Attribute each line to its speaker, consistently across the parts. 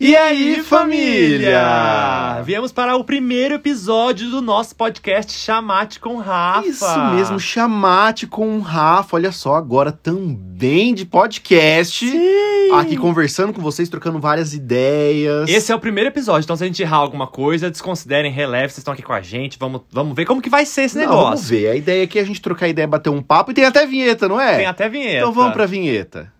Speaker 1: E aí, família? Viemos para o primeiro episódio do nosso podcast Chamate com Rafa.
Speaker 2: Isso mesmo, chamate com o Rafa. Olha só, agora também de podcast.
Speaker 1: Sim.
Speaker 2: Aqui conversando com vocês, trocando várias ideias.
Speaker 1: Esse é o primeiro episódio, então se a gente errar alguma coisa, desconsiderem, releve, vocês estão aqui com a gente, vamos, vamos ver como que vai ser esse
Speaker 2: Não,
Speaker 1: negócio.
Speaker 2: Vamos ver. A ideia aqui é a gente trocar ideia, bater um papo e tem até vinheta, não é?
Speaker 1: Tem até vinheta.
Speaker 2: Então vamos pra vinheta.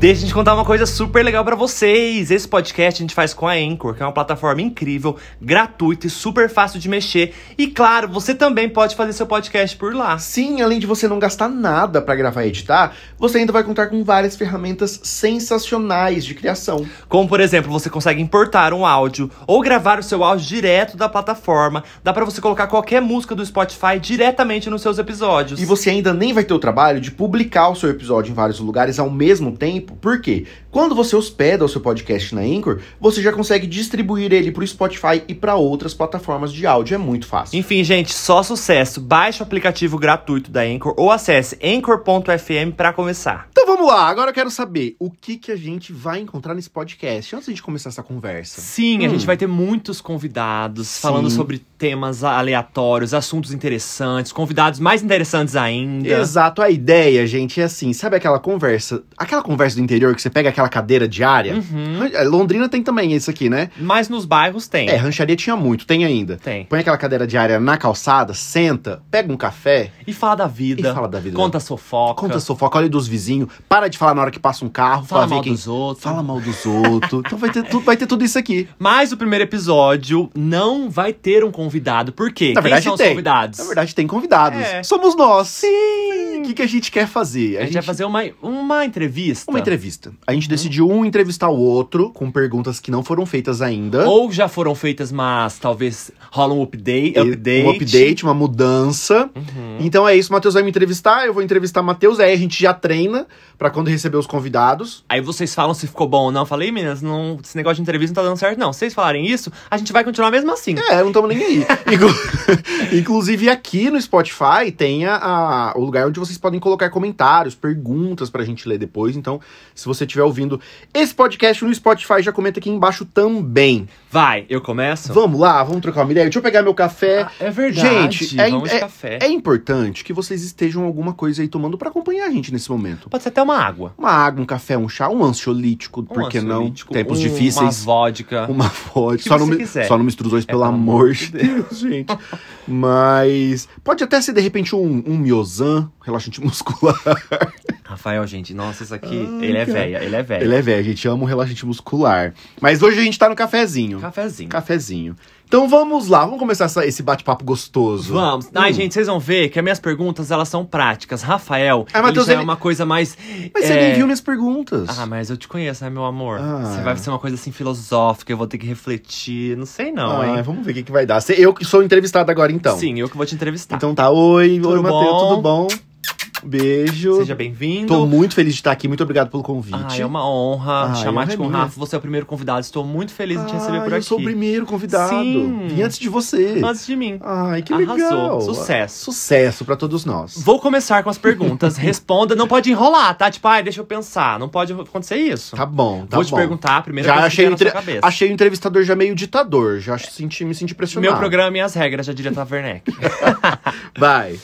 Speaker 1: Deixa eu te contar uma coisa super legal pra vocês. Esse podcast a gente faz com a Anchor, que é uma plataforma incrível, gratuita e super fácil de mexer. E claro, você também pode fazer seu podcast por lá.
Speaker 2: Sim, Assim, além de você não gastar nada pra gravar e editar, você ainda vai contar com várias ferramentas sensacionais de criação.
Speaker 1: Como, por exemplo, você consegue importar um áudio ou gravar o seu áudio direto da plataforma. Dá pra você colocar qualquer música do Spotify diretamente nos seus episódios.
Speaker 2: E você ainda nem vai ter o trabalho de publicar o seu episódio em vários lugares ao mesmo tempo, por quê? Quando você hospeda o seu podcast na Anchor, você já consegue distribuir ele pro Spotify e pra outras plataformas de áudio, é muito fácil.
Speaker 1: Enfim, gente, só sucesso. Baixe o aplicativo gratuito da Anchor ou acesse anchor.fm pra começar.
Speaker 2: Então vamos lá, agora eu quero saber o que, que a gente vai encontrar nesse podcast antes de começar essa conversa.
Speaker 1: Sim, a
Speaker 2: Hum.
Speaker 1: gente vai ter muitos convidados
Speaker 2: Sim.
Speaker 1: falando sobre temas aleatórios, assuntos interessantes, convidados mais interessantes ainda.
Speaker 2: Exato, a ideia, gente, é assim, sabe aquela conversa, aquela conversa do interior que você pega aquela cadeira diária? é,
Speaker 1: Uhum.
Speaker 2: Londrina tem também isso aqui, né?
Speaker 1: Mas nos bairros tem.
Speaker 2: É, rancharia tinha muito, tem ainda.
Speaker 1: Tem.
Speaker 2: Põe aquela cadeira diária na calçada, senta, pega um café
Speaker 1: E fala da vida.
Speaker 2: e fala da vida.
Speaker 1: Conta a fofoca.
Speaker 2: Conta fofoca, olha dos vizinhos, para de falar na hora que passa um carro,
Speaker 1: Fala
Speaker 2: pra ver
Speaker 1: mal
Speaker 2: quem-
Speaker 1: dos outros.
Speaker 2: Fala mal dos outros. então vai ter, tudo, vai ter tudo isso aqui.
Speaker 1: Mas o primeiro episódio não vai ter um convidado. Por quê?
Speaker 2: Na verdade,
Speaker 1: Quem são
Speaker 2: tem.
Speaker 1: os convidados?
Speaker 2: Na verdade, tem convidados.
Speaker 1: É.
Speaker 2: Somos nós. Sim! O que, que a gente quer fazer?
Speaker 1: a, gente vai fazer Uhum. uma, uma entrevista.
Speaker 2: uma entrevista. A gente decidiu um entrevistar o outro com perguntas que não foram feitas ainda.
Speaker 1: Ou já foram feitas, mas talvez rola um update. update.
Speaker 2: Um update, uma mudança.
Speaker 1: Uhum.
Speaker 2: Então é isso, o Matheus vai me entrevistar, eu vou entrevistar o Matheus, aí a gente já treina pra quando receber os convidados.
Speaker 1: Aí vocês falam se ficou bom ou não. Eu Falei, meninas, não, esse negócio de entrevista não tá dando certo, não. Se vocês falarem isso, a gente vai continuar mesmo assim.
Speaker 2: É, não estamos nem aí. Inclu- Inclusive aqui no Spotify tem a- a- o lugar onde vocês podem colocar comentários, perguntas pra gente ler depois. Então, se você estiver ouvindo esse podcast no Spotify, já comenta aqui embaixo também.
Speaker 1: Vai, eu começo?
Speaker 2: Vamos lá, vamos trocar uma ideia. Deixa eu pegar meu café.
Speaker 1: Ah, é verdade.
Speaker 2: Gente, é-
Speaker 1: Vamos de café.
Speaker 2: É importante que vocês estejam alguma coisa aí tomando pra acompanhar a gente nesse momento.
Speaker 1: Pode ser até uma água.
Speaker 2: Uma água, um café, um chá, um ansiolítico,
Speaker 1: Um
Speaker 2: por que não?
Speaker 1: ansiolítico,
Speaker 2: Tempos
Speaker 1: um- Uma
Speaker 2: difíceis.
Speaker 1: vodka.
Speaker 2: Uma vodka.
Speaker 1: que
Speaker 2: Só, não
Speaker 1: você
Speaker 2: mi-
Speaker 1: quiser. É,
Speaker 2: só não mistura os dois, pelo amor de Deus, gente. Mas pode até ser, de repente, um, um miozan, relaxante muscular.
Speaker 1: Rafael, gente, nossa, isso aqui,
Speaker 2: Ai,
Speaker 1: ele é
Speaker 2: cara.
Speaker 1: velha, ele é velho.
Speaker 2: Ele é velho, a gente ama um relaxante muscular. Mas hoje a gente tá no cafezinho.
Speaker 1: Cafezinho.
Speaker 2: Cafezinho. Então vamos lá, vamos começar essa- esse bate-papo gostoso.
Speaker 1: Vamos. Ai,
Speaker 2: Hum.
Speaker 1: gente, vocês vão ver que as minhas perguntas, elas são práticas. Rafael,
Speaker 2: Ah, Matheus,
Speaker 1: ele já
Speaker 2: ele-
Speaker 1: é uma coisa mais...
Speaker 2: Mas você
Speaker 1: é...
Speaker 2: nem viu minhas perguntas.
Speaker 1: Ah, mas eu te conheço, né, meu amor?
Speaker 2: Ah.
Speaker 1: Você vai ser uma coisa assim filosófica, eu vou ter que refletir. Não sei não,
Speaker 2: Ah,
Speaker 1: hein?
Speaker 2: Vamos ver o que, que vai dar. Cê- Eu que sou entrevistado agora, então.
Speaker 1: Sim, eu que vou te entrevistar.
Speaker 2: Então tá, oi,
Speaker 1: Tudo
Speaker 2: oi, Matheus,
Speaker 1: bom?
Speaker 2: tudo bom? Beijo.
Speaker 1: Seja bem-vindo.
Speaker 2: Tô muito feliz de estar aqui, muito obrigado pelo convite.
Speaker 1: Ah, é uma honra
Speaker 2: Ah,
Speaker 1: chamar-te
Speaker 2: honra
Speaker 1: com o
Speaker 2: minha.
Speaker 1: Rafa. Você é o primeiro convidado. Estou muito feliz em te receber
Speaker 2: Ah,
Speaker 1: por
Speaker 2: eu
Speaker 1: aqui.
Speaker 2: sou o primeiro convidado.
Speaker 1: Sim.
Speaker 2: E antes de você.
Speaker 1: Antes de mim.
Speaker 2: Ai, que
Speaker 1: Arrasou.
Speaker 2: legal.
Speaker 1: Sucesso.
Speaker 2: Sucesso pra todos nós.
Speaker 1: Vou começar com as perguntas. Responda. Não pode enrolar, tá? Tipo, ai, deixa eu pensar. Não pode acontecer isso.
Speaker 2: Tá bom, tá
Speaker 1: Vou
Speaker 2: bom.
Speaker 1: te perguntar a primeira
Speaker 2: Já
Speaker 1: coisa
Speaker 2: achei
Speaker 1: que vier na sua
Speaker 2: entre-
Speaker 1: cabeça.
Speaker 2: Achei o entrevistador já meio ditador, já senti, me senti pressionado.
Speaker 1: Meu programa e as regras, já diria Taverneck.
Speaker 2: Vai.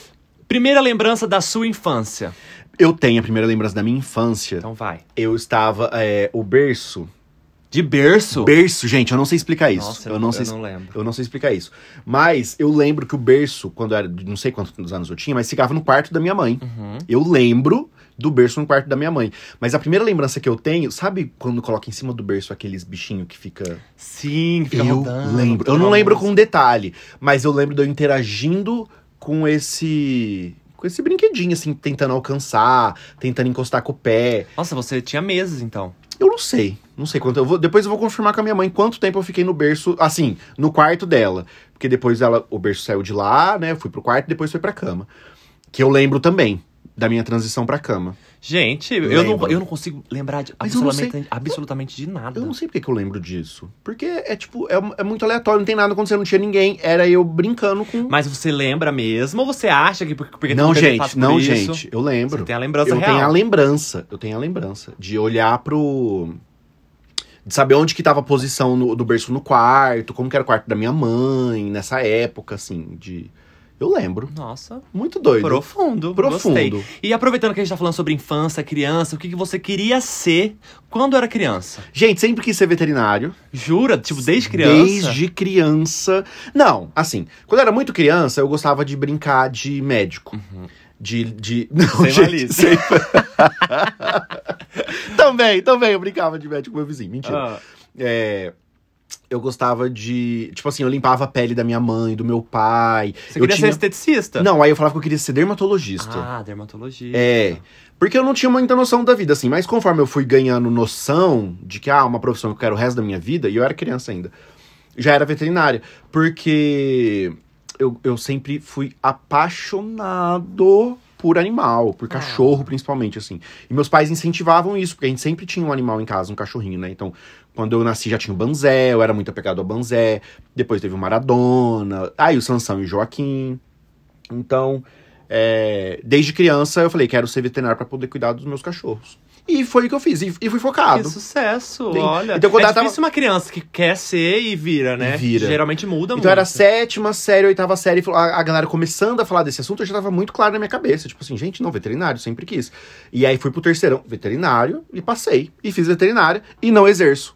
Speaker 1: Primeira lembrança da sua infância.
Speaker 2: Eu tenho a primeira lembrança da minha infância.
Speaker 1: Então vai.
Speaker 2: Eu estava. é, o berço.
Speaker 1: De berço?
Speaker 2: Berço, gente, eu não sei explicar é isso.
Speaker 1: Nossa,
Speaker 2: eu não sei
Speaker 1: lembro.
Speaker 2: Eu não sei explicar isso. Mas eu lembro que o berço, quando eu era. Não sei quantos anos eu tinha, mas ficava no quarto da minha mãe.
Speaker 1: Uhum.
Speaker 2: Eu lembro do berço no quarto da minha mãe. Mas a primeira lembrança que eu tenho, sabe quando coloca em cima do berço aqueles bichinhos que fica.
Speaker 1: Sim, fica
Speaker 2: eu
Speaker 1: rodando,
Speaker 2: lembro. Eu
Speaker 1: toca
Speaker 2: não
Speaker 1: uma
Speaker 2: lembro
Speaker 1: música.
Speaker 2: com detalhe, mas eu lembro de eu interagindo com esse. Com esse brinquedinho, assim, tentando alcançar, tentando encostar com o pé.
Speaker 1: Nossa, você tinha meses então.
Speaker 2: Eu não sei. Não sei quanto. Eu vou, depois eu vou confirmar com a minha mãe quanto tempo eu fiquei no berço, assim, no quarto dela. Porque depois ela, o berço saiu de lá, né? Eu fui pro quarto, depois foi pra cama. Que eu lembro também da minha transição pra cama.
Speaker 1: Gente, eu não,
Speaker 2: Lembro.
Speaker 1: eu não consigo lembrar de
Speaker 2: Mas eu não
Speaker 1: absolutamente, absolutamente de nada.
Speaker 2: Eu não sei porque que eu lembro disso. Porque é tipo, é, é muito aleatório, não tem nada acontecendo, não tinha ninguém. Era eu brincando com.
Speaker 1: Mas você lembra mesmo ou você acha que porque, porque
Speaker 2: não,
Speaker 1: todo mundo
Speaker 2: gente,
Speaker 1: passa por
Speaker 2: não,
Speaker 1: isso,
Speaker 2: gente. Eu lembro.
Speaker 1: Você tem a lembrança
Speaker 2: eu
Speaker 1: real.
Speaker 2: tenho a lembrança. Eu tenho a lembrança de olhar pro. De saber onde que tava a posição no- do berço no quarto, como que era o quarto da minha mãe, nessa época, assim, de. Eu lembro.
Speaker 1: Nossa,
Speaker 2: Muito doido.
Speaker 1: profundo. Gostei.
Speaker 2: Profundo.
Speaker 1: E aproveitando que a gente tá falando sobre infância, criança, o que, que você queria ser quando era criança?
Speaker 2: Gente, sempre quis ser veterinário.
Speaker 1: Jura? Tipo, desde criança?
Speaker 2: Desde criança. Não, assim, quando eu era muito criança, eu gostava de brincar de médico.
Speaker 1: Uhum.
Speaker 2: De. de... Não,
Speaker 1: Sem malícia.
Speaker 2: sem- também, também eu brincava de médico com meu vizinho. Mentira.
Speaker 1: Ah,
Speaker 2: É, Eu gostava de. Tipo assim, eu limpava a pele da minha mãe, do meu pai.
Speaker 1: você
Speaker 2: eu
Speaker 1: queria
Speaker 2: tinha-
Speaker 1: ser esteticista?
Speaker 2: Não, aí eu falava que eu queria ser dermatologista.
Speaker 1: Tá. Ah, dermatologista.
Speaker 2: É. Porque eu não tinha muita noção da vida, assim. Mas conforme eu fui ganhando noção de que, ah, uma profissão que eu quero o resto da minha vida, e eu era criança ainda, já era veterinária. Porque eu, eu sempre fui apaixonado por animal, por cachorro, principalmente, assim. E meus pais incentivavam isso, porque a gente sempre tinha um animal em casa, um cachorrinho, né? Então, quando eu nasci já tinha o Banzé, eu era muito apegado ao Banzé. Depois teve o Maradona, aí o Sansão e o Joaquim. Então, é, desde criança eu falei, quero ser veterinário pra poder cuidar dos meus cachorros. E foi o que eu fiz, e, e fui focado.
Speaker 1: Que sucesso,
Speaker 2: Tem-
Speaker 1: olha.
Speaker 2: Então, quando
Speaker 1: é
Speaker 2: ela
Speaker 1: difícil
Speaker 2: tava-
Speaker 1: uma criança que quer ser e vira, né?
Speaker 2: E vira.
Speaker 1: Geralmente muda muito.
Speaker 2: Então era sétima série, oitava série, a, a galera começando a falar desse assunto, eu já tava muito claro na minha cabeça. Tipo assim, gente, não, veterinário, sempre quis. E aí fui pro terceirão, veterinário, e passei. E fiz veterinária, e não exerço.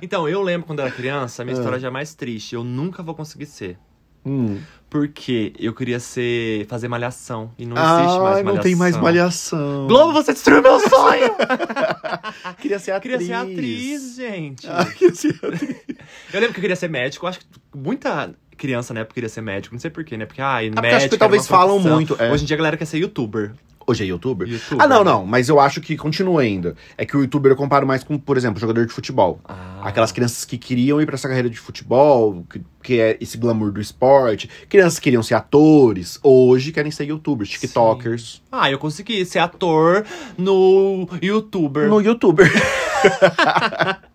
Speaker 1: Então, eu lembro quando era criança, a
Speaker 2: Ah.
Speaker 1: minha história já é mais triste. Eu nunca vou conseguir ser.
Speaker 2: Hum.
Speaker 1: Porque eu queria ser. fazer malhação. E não existe mais
Speaker 2: Ah,
Speaker 1: malhação.
Speaker 2: não tem mais malhação.
Speaker 1: Globo, você destruiu meu sonho!
Speaker 2: Queria ser
Speaker 1: eu
Speaker 2: atriz.
Speaker 1: queria ser atriz, gente.
Speaker 2: Ah, queria ser atriz.
Speaker 1: Eu lembro que eu queria ser médico. Eu acho que muita criança na época queria ser médico. Não sei porquê, né? Porque, ai, médico.
Speaker 2: Ah, porque acho
Speaker 1: era
Speaker 2: que
Speaker 1: uma
Speaker 2: talvez falam
Speaker 1: profissão.
Speaker 2: muito. é.
Speaker 1: Hoje em dia a galera quer ser youtuber.
Speaker 2: Hoje é youtuber?
Speaker 1: YouTuber.
Speaker 2: Ah, não, não, mas eu acho que continua ainda. É que o youtuber eu comparo mais com, por exemplo, jogador de futebol.
Speaker 1: Ah.
Speaker 2: Aquelas crianças que queriam ir pra essa carreira de futebol, que, que é esse glamour do esporte. Crianças que queriam ser atores, hoje querem ser youtubers, tiktokers.
Speaker 1: Ah, eu consegui ser ator no youtuber.
Speaker 2: No youtuber.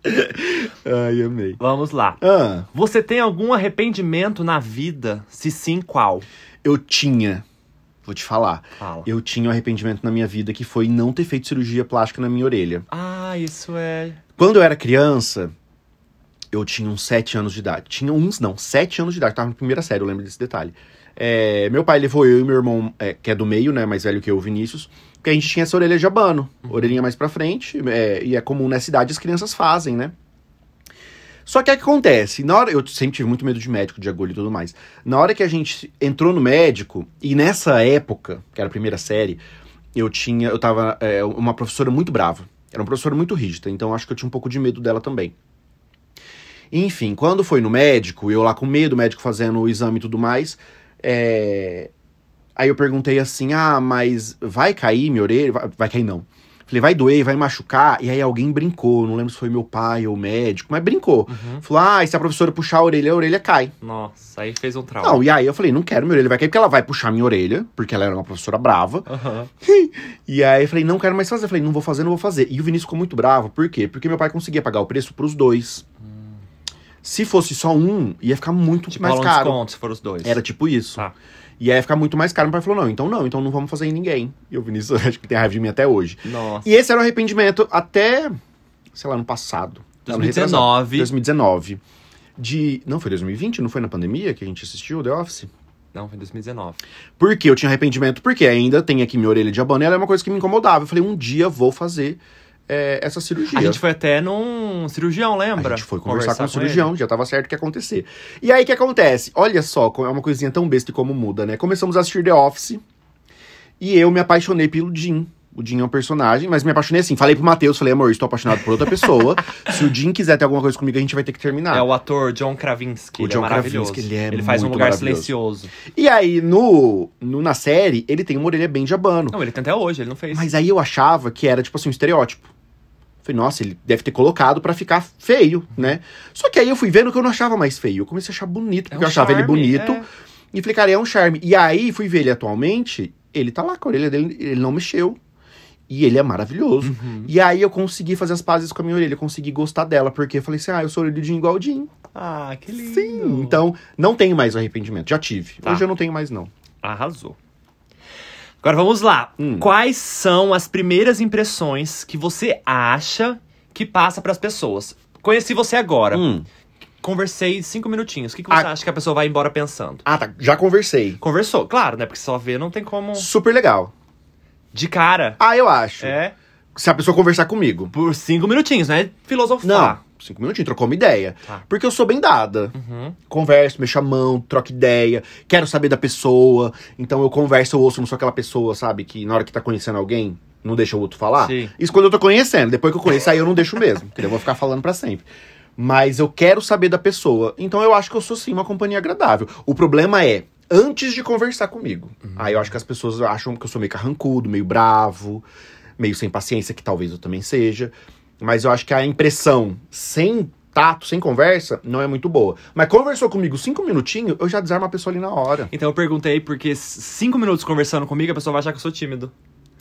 Speaker 2: Ai, amei.
Speaker 1: Vamos lá.
Speaker 2: Ah,
Speaker 1: Você tem algum arrependimento na vida? Se sim, qual?
Speaker 2: eu tinha, vou te falar,
Speaker 1: Fala.
Speaker 2: eu tinha um arrependimento na minha vida que foi não ter feito cirurgia plástica na minha orelha.
Speaker 1: Ah, isso é.
Speaker 2: Quando eu era criança, eu tinha uns sete anos de idade. Tinha uns, não, sete anos de idade. Tava na primeira série, eu lembro desse detalhe. É, meu pai levou eu e meu irmão, é, que é do meio, né, mais velho que eu, o Vinícius, porque a gente tinha essa orelha de abano. Orelhinha mais pra frente, é, e é comum nessa idade as crianças fazem, né? Só que é o que acontece? Na hora, eu sempre tive muito medo de médico, de agulha e tudo mais. Na hora que a gente entrou no médico, e nessa época, que era a primeira série, eu tinha. Eu tava. é, uma professora muito brava. Era uma professora muito rígida, então acho que eu tinha um pouco de medo dela também. Enfim, quando foi no médico, eu lá com medo, o médico fazendo o exame e tudo mais, é, aí eu perguntei assim: ah, mas vai cair minha orelha? Vai, vai cair não. Falei, vai doer, vai machucar. E aí alguém brincou, não lembro se foi meu pai ou o médico, mas brincou.
Speaker 1: Uhum.
Speaker 2: Falou, ah, e se a professora puxar a orelha, a orelha cai.
Speaker 1: Nossa, aí fez um trauma.
Speaker 2: Não, e aí eu falei, não quero minha orelha, vai cair, porque ela vai puxar minha orelha, porque ela era uma professora brava.
Speaker 1: Aham.
Speaker 2: E aí eu falei, não quero mais fazer. Eu falei, não vou fazer, não vou fazer. E o Vinícius ficou muito bravo, por quê? Porque meu pai conseguia pagar o preço pros dois. Se fosse só um, ia ficar muito
Speaker 1: Tipo,
Speaker 2: mais
Speaker 1: rola um
Speaker 2: caro.
Speaker 1: desconto se for os dois.
Speaker 2: Era tipo isso.
Speaker 1: Tá.
Speaker 2: E aí ia ficar muito mais caro. Meu pai falou, não, então não, então não vamos fazer em ninguém. E o Vinícius, acho que tem raiva de mim até hoje.
Speaker 1: Nossa.
Speaker 2: E esse era o arrependimento até, sei lá, no passado. Não, no retrasado.
Speaker 1: 2019.
Speaker 2: 2019. De. Não, foi 2020? Não foi na pandemia que a gente assistiu The Office?
Speaker 1: Não, foi 2019.
Speaker 2: Por que eu tinha arrependimento? Porque ainda tem aqui minha orelha de abano e ela é uma coisa que me incomodava. Eu falei, um dia vou fazer é, essa cirurgia.
Speaker 1: A gente foi até num cirurgião, lembra?
Speaker 2: A gente foi conversar, com o cirurgião, já tava certo o que ia acontecer. E aí o que acontece? Olha só, co- é uma coisinha tão besta e como muda, né? Começamos a assistir The Office e eu me apaixonei pelo Jim. O Jim é um personagem, mas me apaixonei assim. Falei pro Matheus, falei, amor, estou apaixonado por outra pessoa. Se o Jim quiser ter alguma coisa comigo, a gente vai ter que terminar.
Speaker 1: É o ator John Kravinsky.
Speaker 2: O
Speaker 1: ele
Speaker 2: John
Speaker 1: é maravilhoso.
Speaker 2: Krasinski, ele é
Speaker 1: faz um
Speaker 2: muito
Speaker 1: lugar
Speaker 2: maravilhoso.
Speaker 1: silencioso.
Speaker 2: E aí, no, no- na série, ele tem uma orelha bem de abano.
Speaker 1: Não, ele tem até hoje, ele não fez.
Speaker 2: Mas aí eu achava que era, tipo assim, um estereótipo. Falei, nossa, ele deve ter colocado pra ficar feio, né? Só que aí eu fui vendo que eu não achava mais feio. Eu comecei a achar bonito, porque
Speaker 1: É um
Speaker 2: eu achava ele
Speaker 1: charme,
Speaker 2: bonito.
Speaker 1: é.
Speaker 2: E falei, cara, é um charme. E aí fui ver ele atualmente, ele tá lá com a orelha dele, ele não mexeu. E ele é maravilhoso.
Speaker 1: Uhum.
Speaker 2: E aí eu consegui fazer as pazes com a minha orelha, eu consegui gostar dela, porque eu falei assim: ah, eu sou orelhudinho igual o Jim.
Speaker 1: Ah, que lindo.
Speaker 2: Sim. Então, não tenho mais arrependimento. Já tive.
Speaker 1: Tá.
Speaker 2: Hoje eu não tenho mais, não.
Speaker 1: Arrasou. Agora vamos lá.
Speaker 2: Hum.
Speaker 1: Quais são as primeiras impressões que você acha que passa pras pessoas? Conheci você agora.
Speaker 2: Hum.
Speaker 1: Conversei cinco minutinhos. O que, que você
Speaker 2: Ah.
Speaker 1: acha que a pessoa vai embora pensando?
Speaker 2: Ah, tá. Já conversei.
Speaker 1: Conversou, claro, né? Porque só ver não tem como.
Speaker 2: Super legal.
Speaker 1: De cara.
Speaker 2: Ah, eu acho.
Speaker 1: É.
Speaker 2: Se a pessoa conversar comigo.
Speaker 1: Por cinco minutinhos, né?
Speaker 2: Não.
Speaker 1: Filosofar.
Speaker 2: Cinco minutinhos, trocou uma ideia.
Speaker 1: Tá.
Speaker 2: Porque eu sou bem dada.
Speaker 1: Uhum.
Speaker 2: Converso, mexo a mão, troco ideia, quero saber da pessoa. Então eu converso, eu ouço, não sou aquela pessoa, sabe, que na hora que tá conhecendo alguém, não deixa o outro falar.
Speaker 1: Sim.
Speaker 2: Isso quando eu tô conhecendo. Depois que eu conheço, aí eu não deixo mesmo. Porque eu vou ficar falando pra sempre. Mas eu quero saber da pessoa. Então eu acho que eu sou sim uma companhia agradável. O problema é, antes de conversar comigo. Aí eu acho que as pessoas acham que eu sou meio carrancudo, meio bravo, meio sem paciência, que talvez eu também seja. Mas eu acho que a impressão sem tato, sem conversa, não é muito boa. Mas conversou comigo cinco minutinhos, eu já desarmo a pessoa ali na hora.
Speaker 1: Então eu perguntei porque s- cinco minutos conversando comigo a pessoa vai achar que eu sou tímido.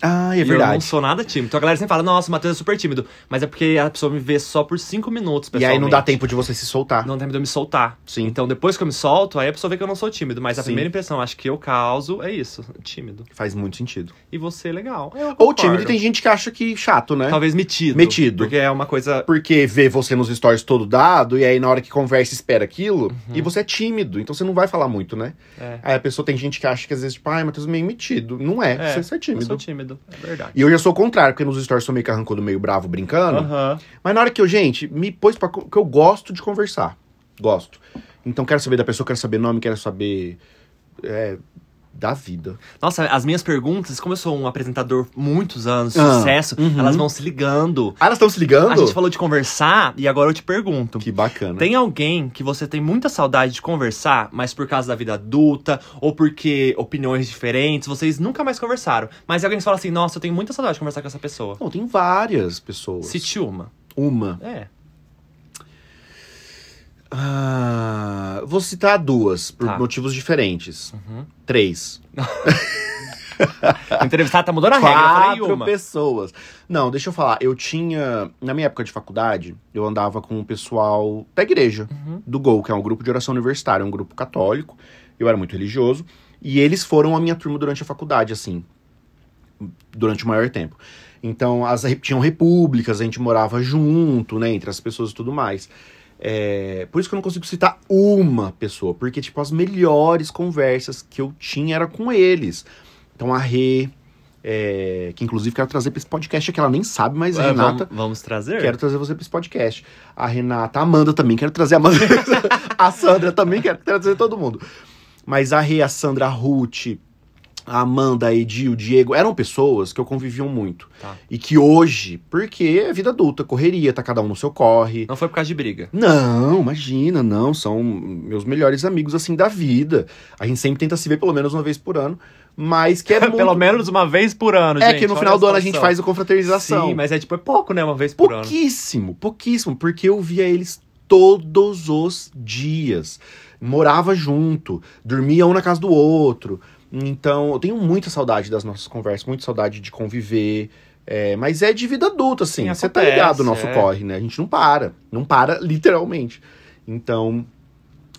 Speaker 2: Ah, é
Speaker 1: E eu não
Speaker 2: verdade.
Speaker 1: sou nada tímido. Então a galera sempre fala, nossa, o Matheus é super tímido. Mas é porque a pessoa me vê só por cinco minutos,
Speaker 2: E
Speaker 1: pessoalmente.
Speaker 2: aí não dá tempo de você se soltar.
Speaker 1: Não dá tempo de eu me soltar.
Speaker 2: Sim.
Speaker 1: Então depois que eu me solto, aí a pessoa vê que eu não sou tímido. Mas a
Speaker 2: Sim.
Speaker 1: primeira impressão, acho que eu causo, é isso. Tímido.
Speaker 2: Faz muito sentido.
Speaker 1: E você, legal. Eu
Speaker 2: Ou
Speaker 1: concordo.
Speaker 2: tímido, e tem gente que acha que chato, né?
Speaker 1: Talvez metido.
Speaker 2: Metido.
Speaker 1: Porque é uma coisa...
Speaker 2: Porque vê você nos stories todo dado, e aí na hora que conversa espera aquilo,
Speaker 1: Uhum.
Speaker 2: e você é tímido, então você não vai falar muito, né?
Speaker 1: É.
Speaker 2: Aí a pessoa tem gente que acha que às vezes, tipo, ai, Matheus, meio metido. Não é,
Speaker 1: É,
Speaker 2: você, você é
Speaker 1: Eu
Speaker 2: tímido.
Speaker 1: sou tímido, é verdade.
Speaker 2: E eu já sou o contrário, porque nos stories sou meio carrancudo, meio bravo, brincando.
Speaker 1: Aham.
Speaker 2: Mas na hora que eu, gente, me pôs pra. co- que eu gosto de conversar. Gosto. Então quero saber da pessoa, quero saber nome, quero saber. É. Da vida.
Speaker 1: Nossa, as minhas perguntas, como eu sou um apresentador muitos anos,
Speaker 2: Ah,
Speaker 1: sucesso,
Speaker 2: uhum.
Speaker 1: elas vão se ligando.
Speaker 2: Ah, elas estão se ligando?
Speaker 1: A gente falou de conversar e agora eu te pergunto.
Speaker 2: Que bacana.
Speaker 1: Tem alguém que você tem muita saudade de conversar, mas por causa da vida adulta, ou porque opiniões diferentes, vocês nunca mais conversaram. Mas alguém que fala assim, nossa, eu tenho muita saudade de conversar com essa pessoa.
Speaker 2: Não, tem várias pessoas.
Speaker 1: Cite uma.
Speaker 2: Uma.
Speaker 1: É.
Speaker 2: Ah, vou citar duas, por
Speaker 1: Tá.
Speaker 2: motivos diferentes.
Speaker 1: Uhum.
Speaker 2: Três.
Speaker 1: O entrevistado tá mudando a regra, eu falei
Speaker 2: Quatro
Speaker 1: uma.
Speaker 2: pessoas. Não, deixa eu falar. Eu tinha. Na minha época de faculdade, eu andava com o pessoal da igreja,
Speaker 1: Uhum.
Speaker 2: do Gol, que é um grupo de oração universitária, é um grupo católico. Eu era muito religioso. E eles foram a minha turma durante a faculdade, assim. Durante o maior tempo. Então, as re- tinham repúblicas, a gente morava junto, né? Entre as pessoas e tudo mais. É, por isso que eu não consigo citar uma pessoa, porque, tipo, as melhores conversas que eu tinha era com eles. Então, a Rê, é, que inclusive quero trazer pra esse podcast, é que ela nem sabe, mas a
Speaker 1: É, vamos-
Speaker 2: Renata,
Speaker 1: Vamos, trazer?
Speaker 2: quero trazer você pra esse podcast. A Renata, a Amanda também, quero trazer a Amanda. a Sandra também, quero trazer todo mundo. Mas a Rê, a Sandra, a Ruth, a Amanda, a Edi, o Diego, eram pessoas que eu conviviam muito.
Speaker 1: Tá.
Speaker 2: E que hoje, porque é vida adulta, correria, tá cada um no seu corre.
Speaker 1: Não foi por causa de briga.
Speaker 2: Não, imagina, não. São meus melhores amigos, assim, da vida. A gente sempre tenta se ver pelo menos uma vez por ano. Mas que é muito...
Speaker 1: Pelo menos uma vez por ano,
Speaker 2: É
Speaker 1: gente.
Speaker 2: que no
Speaker 1: olha
Speaker 2: final do ano a gente
Speaker 1: situação.
Speaker 2: faz a confraternização.
Speaker 1: Sim, mas é tipo, é pouco, né? Uma vez por ano.
Speaker 2: Pouquíssimo, pouquíssimo, porque eu via eles todos os dias. Morava junto, dormia um na casa do outro. Então, eu tenho muita saudade das nossas conversas, muita saudade de conviver. É, mas é de vida adulta, assim.
Speaker 1: Sim,
Speaker 2: Você tá
Speaker 1: acontece,
Speaker 2: ligado o nosso
Speaker 1: é.
Speaker 2: corre, né? A gente não para. Não para, literalmente. Então,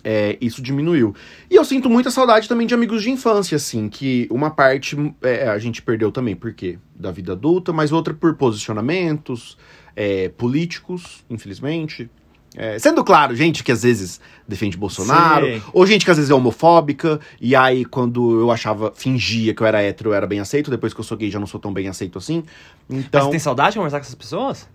Speaker 2: é, isso diminuiu. E eu sinto muita saudade também de amigos de infância, assim, que uma parte é, a gente perdeu também, por quê? Da vida adulta, mas outra por posicionamentos é, políticos, infelizmente. É, sendo claro, gente que às vezes defende Bolsonaro,
Speaker 1: Sim.
Speaker 2: ou gente que às vezes é homofóbica, e aí quando eu achava, fingia que eu era hétero, eu era bem aceito, depois que eu sou gay já não sou tão bem aceito assim.
Speaker 1: Mas
Speaker 2: Então.
Speaker 1: você tem saudade de conversar com essas pessoas?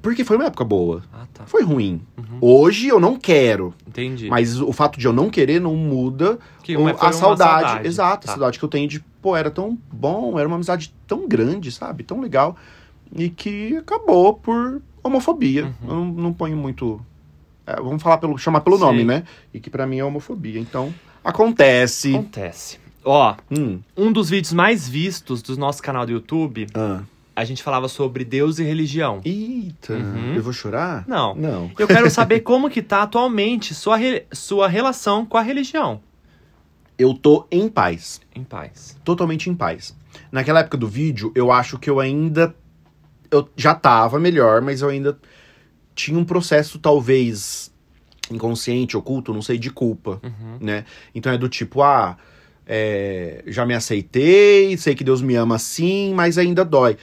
Speaker 2: Porque foi uma época boa.
Speaker 1: Ah, tá.
Speaker 2: Foi ruim.
Speaker 1: Uhum.
Speaker 2: Hoje eu não quero,
Speaker 1: Entendi.
Speaker 2: mas o fato de eu não querer não muda
Speaker 1: que
Speaker 2: o-
Speaker 1: uma- é foi
Speaker 2: a
Speaker 1: uma
Speaker 2: saudade, exato,
Speaker 1: Tá.
Speaker 2: a saudade que eu tenho de, pô, era tão bom, era uma amizade tão grande, sabe? Tão legal. E que acabou por homofobia.
Speaker 1: Uhum.
Speaker 2: Eu não, não ponho muito. é, vamos falar pelo, chamar pelo
Speaker 1: Sim.
Speaker 2: nome, né? E que pra mim é homofobia. Então, acontece.
Speaker 1: Acontece. Ó,
Speaker 2: Hum.
Speaker 1: um dos vídeos mais vistos do nosso canal do YouTube,
Speaker 2: Ah.
Speaker 1: a gente falava sobre Deus e religião.
Speaker 2: Eita,
Speaker 1: Uhum.
Speaker 2: eu vou chorar?
Speaker 1: Não.
Speaker 2: Não.
Speaker 1: Eu quero saber como que tá atualmente sua, re- sua relação com a religião.
Speaker 2: eu tô em paz.
Speaker 1: Em paz.
Speaker 2: Totalmente em paz. Naquela época do vídeo, eu acho que eu ainda. Eu já tava melhor, mas eu ainda tinha um processo, talvez, inconsciente, oculto, não sei, de culpa,
Speaker 1: Uhum.
Speaker 2: né? Então é do tipo, ah. é, já me aceitei, sei que Deus me ama assim, mas ainda dói.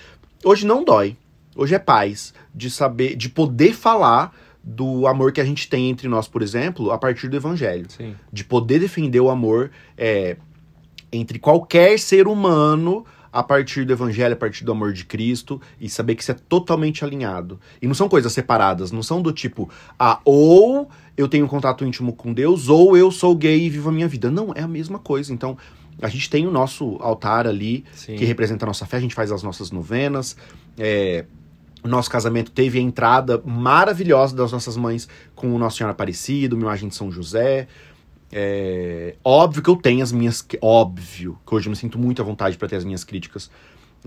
Speaker 2: Hoje não dói. Hoje é paz de saber, de poder falar do amor que a gente tem entre nós, por exemplo, a partir do evangelho
Speaker 1: Sim.
Speaker 2: de poder defender o amor é, entre qualquer ser humano a partir do evangelho, a partir do amor de Cristo e saber que isso é totalmente alinhado. E não são coisas separadas, não são do tipo, ah, ou eu tenho um contato íntimo com Deus, ou eu sou gay e vivo a minha vida. Não, é a mesma coisa. Então, a gente tem o nosso altar ali,
Speaker 1: Sim.
Speaker 2: que representa a nossa fé, a gente faz as nossas novenas. é, o nosso casamento teve a entrada maravilhosa das nossas mães com o Nossa Senhora Aparecida, uma imagem de São José. É, óbvio que eu tenho as minhas. que- Óbvio que hoje eu me sinto muito à vontade para ter as minhas críticas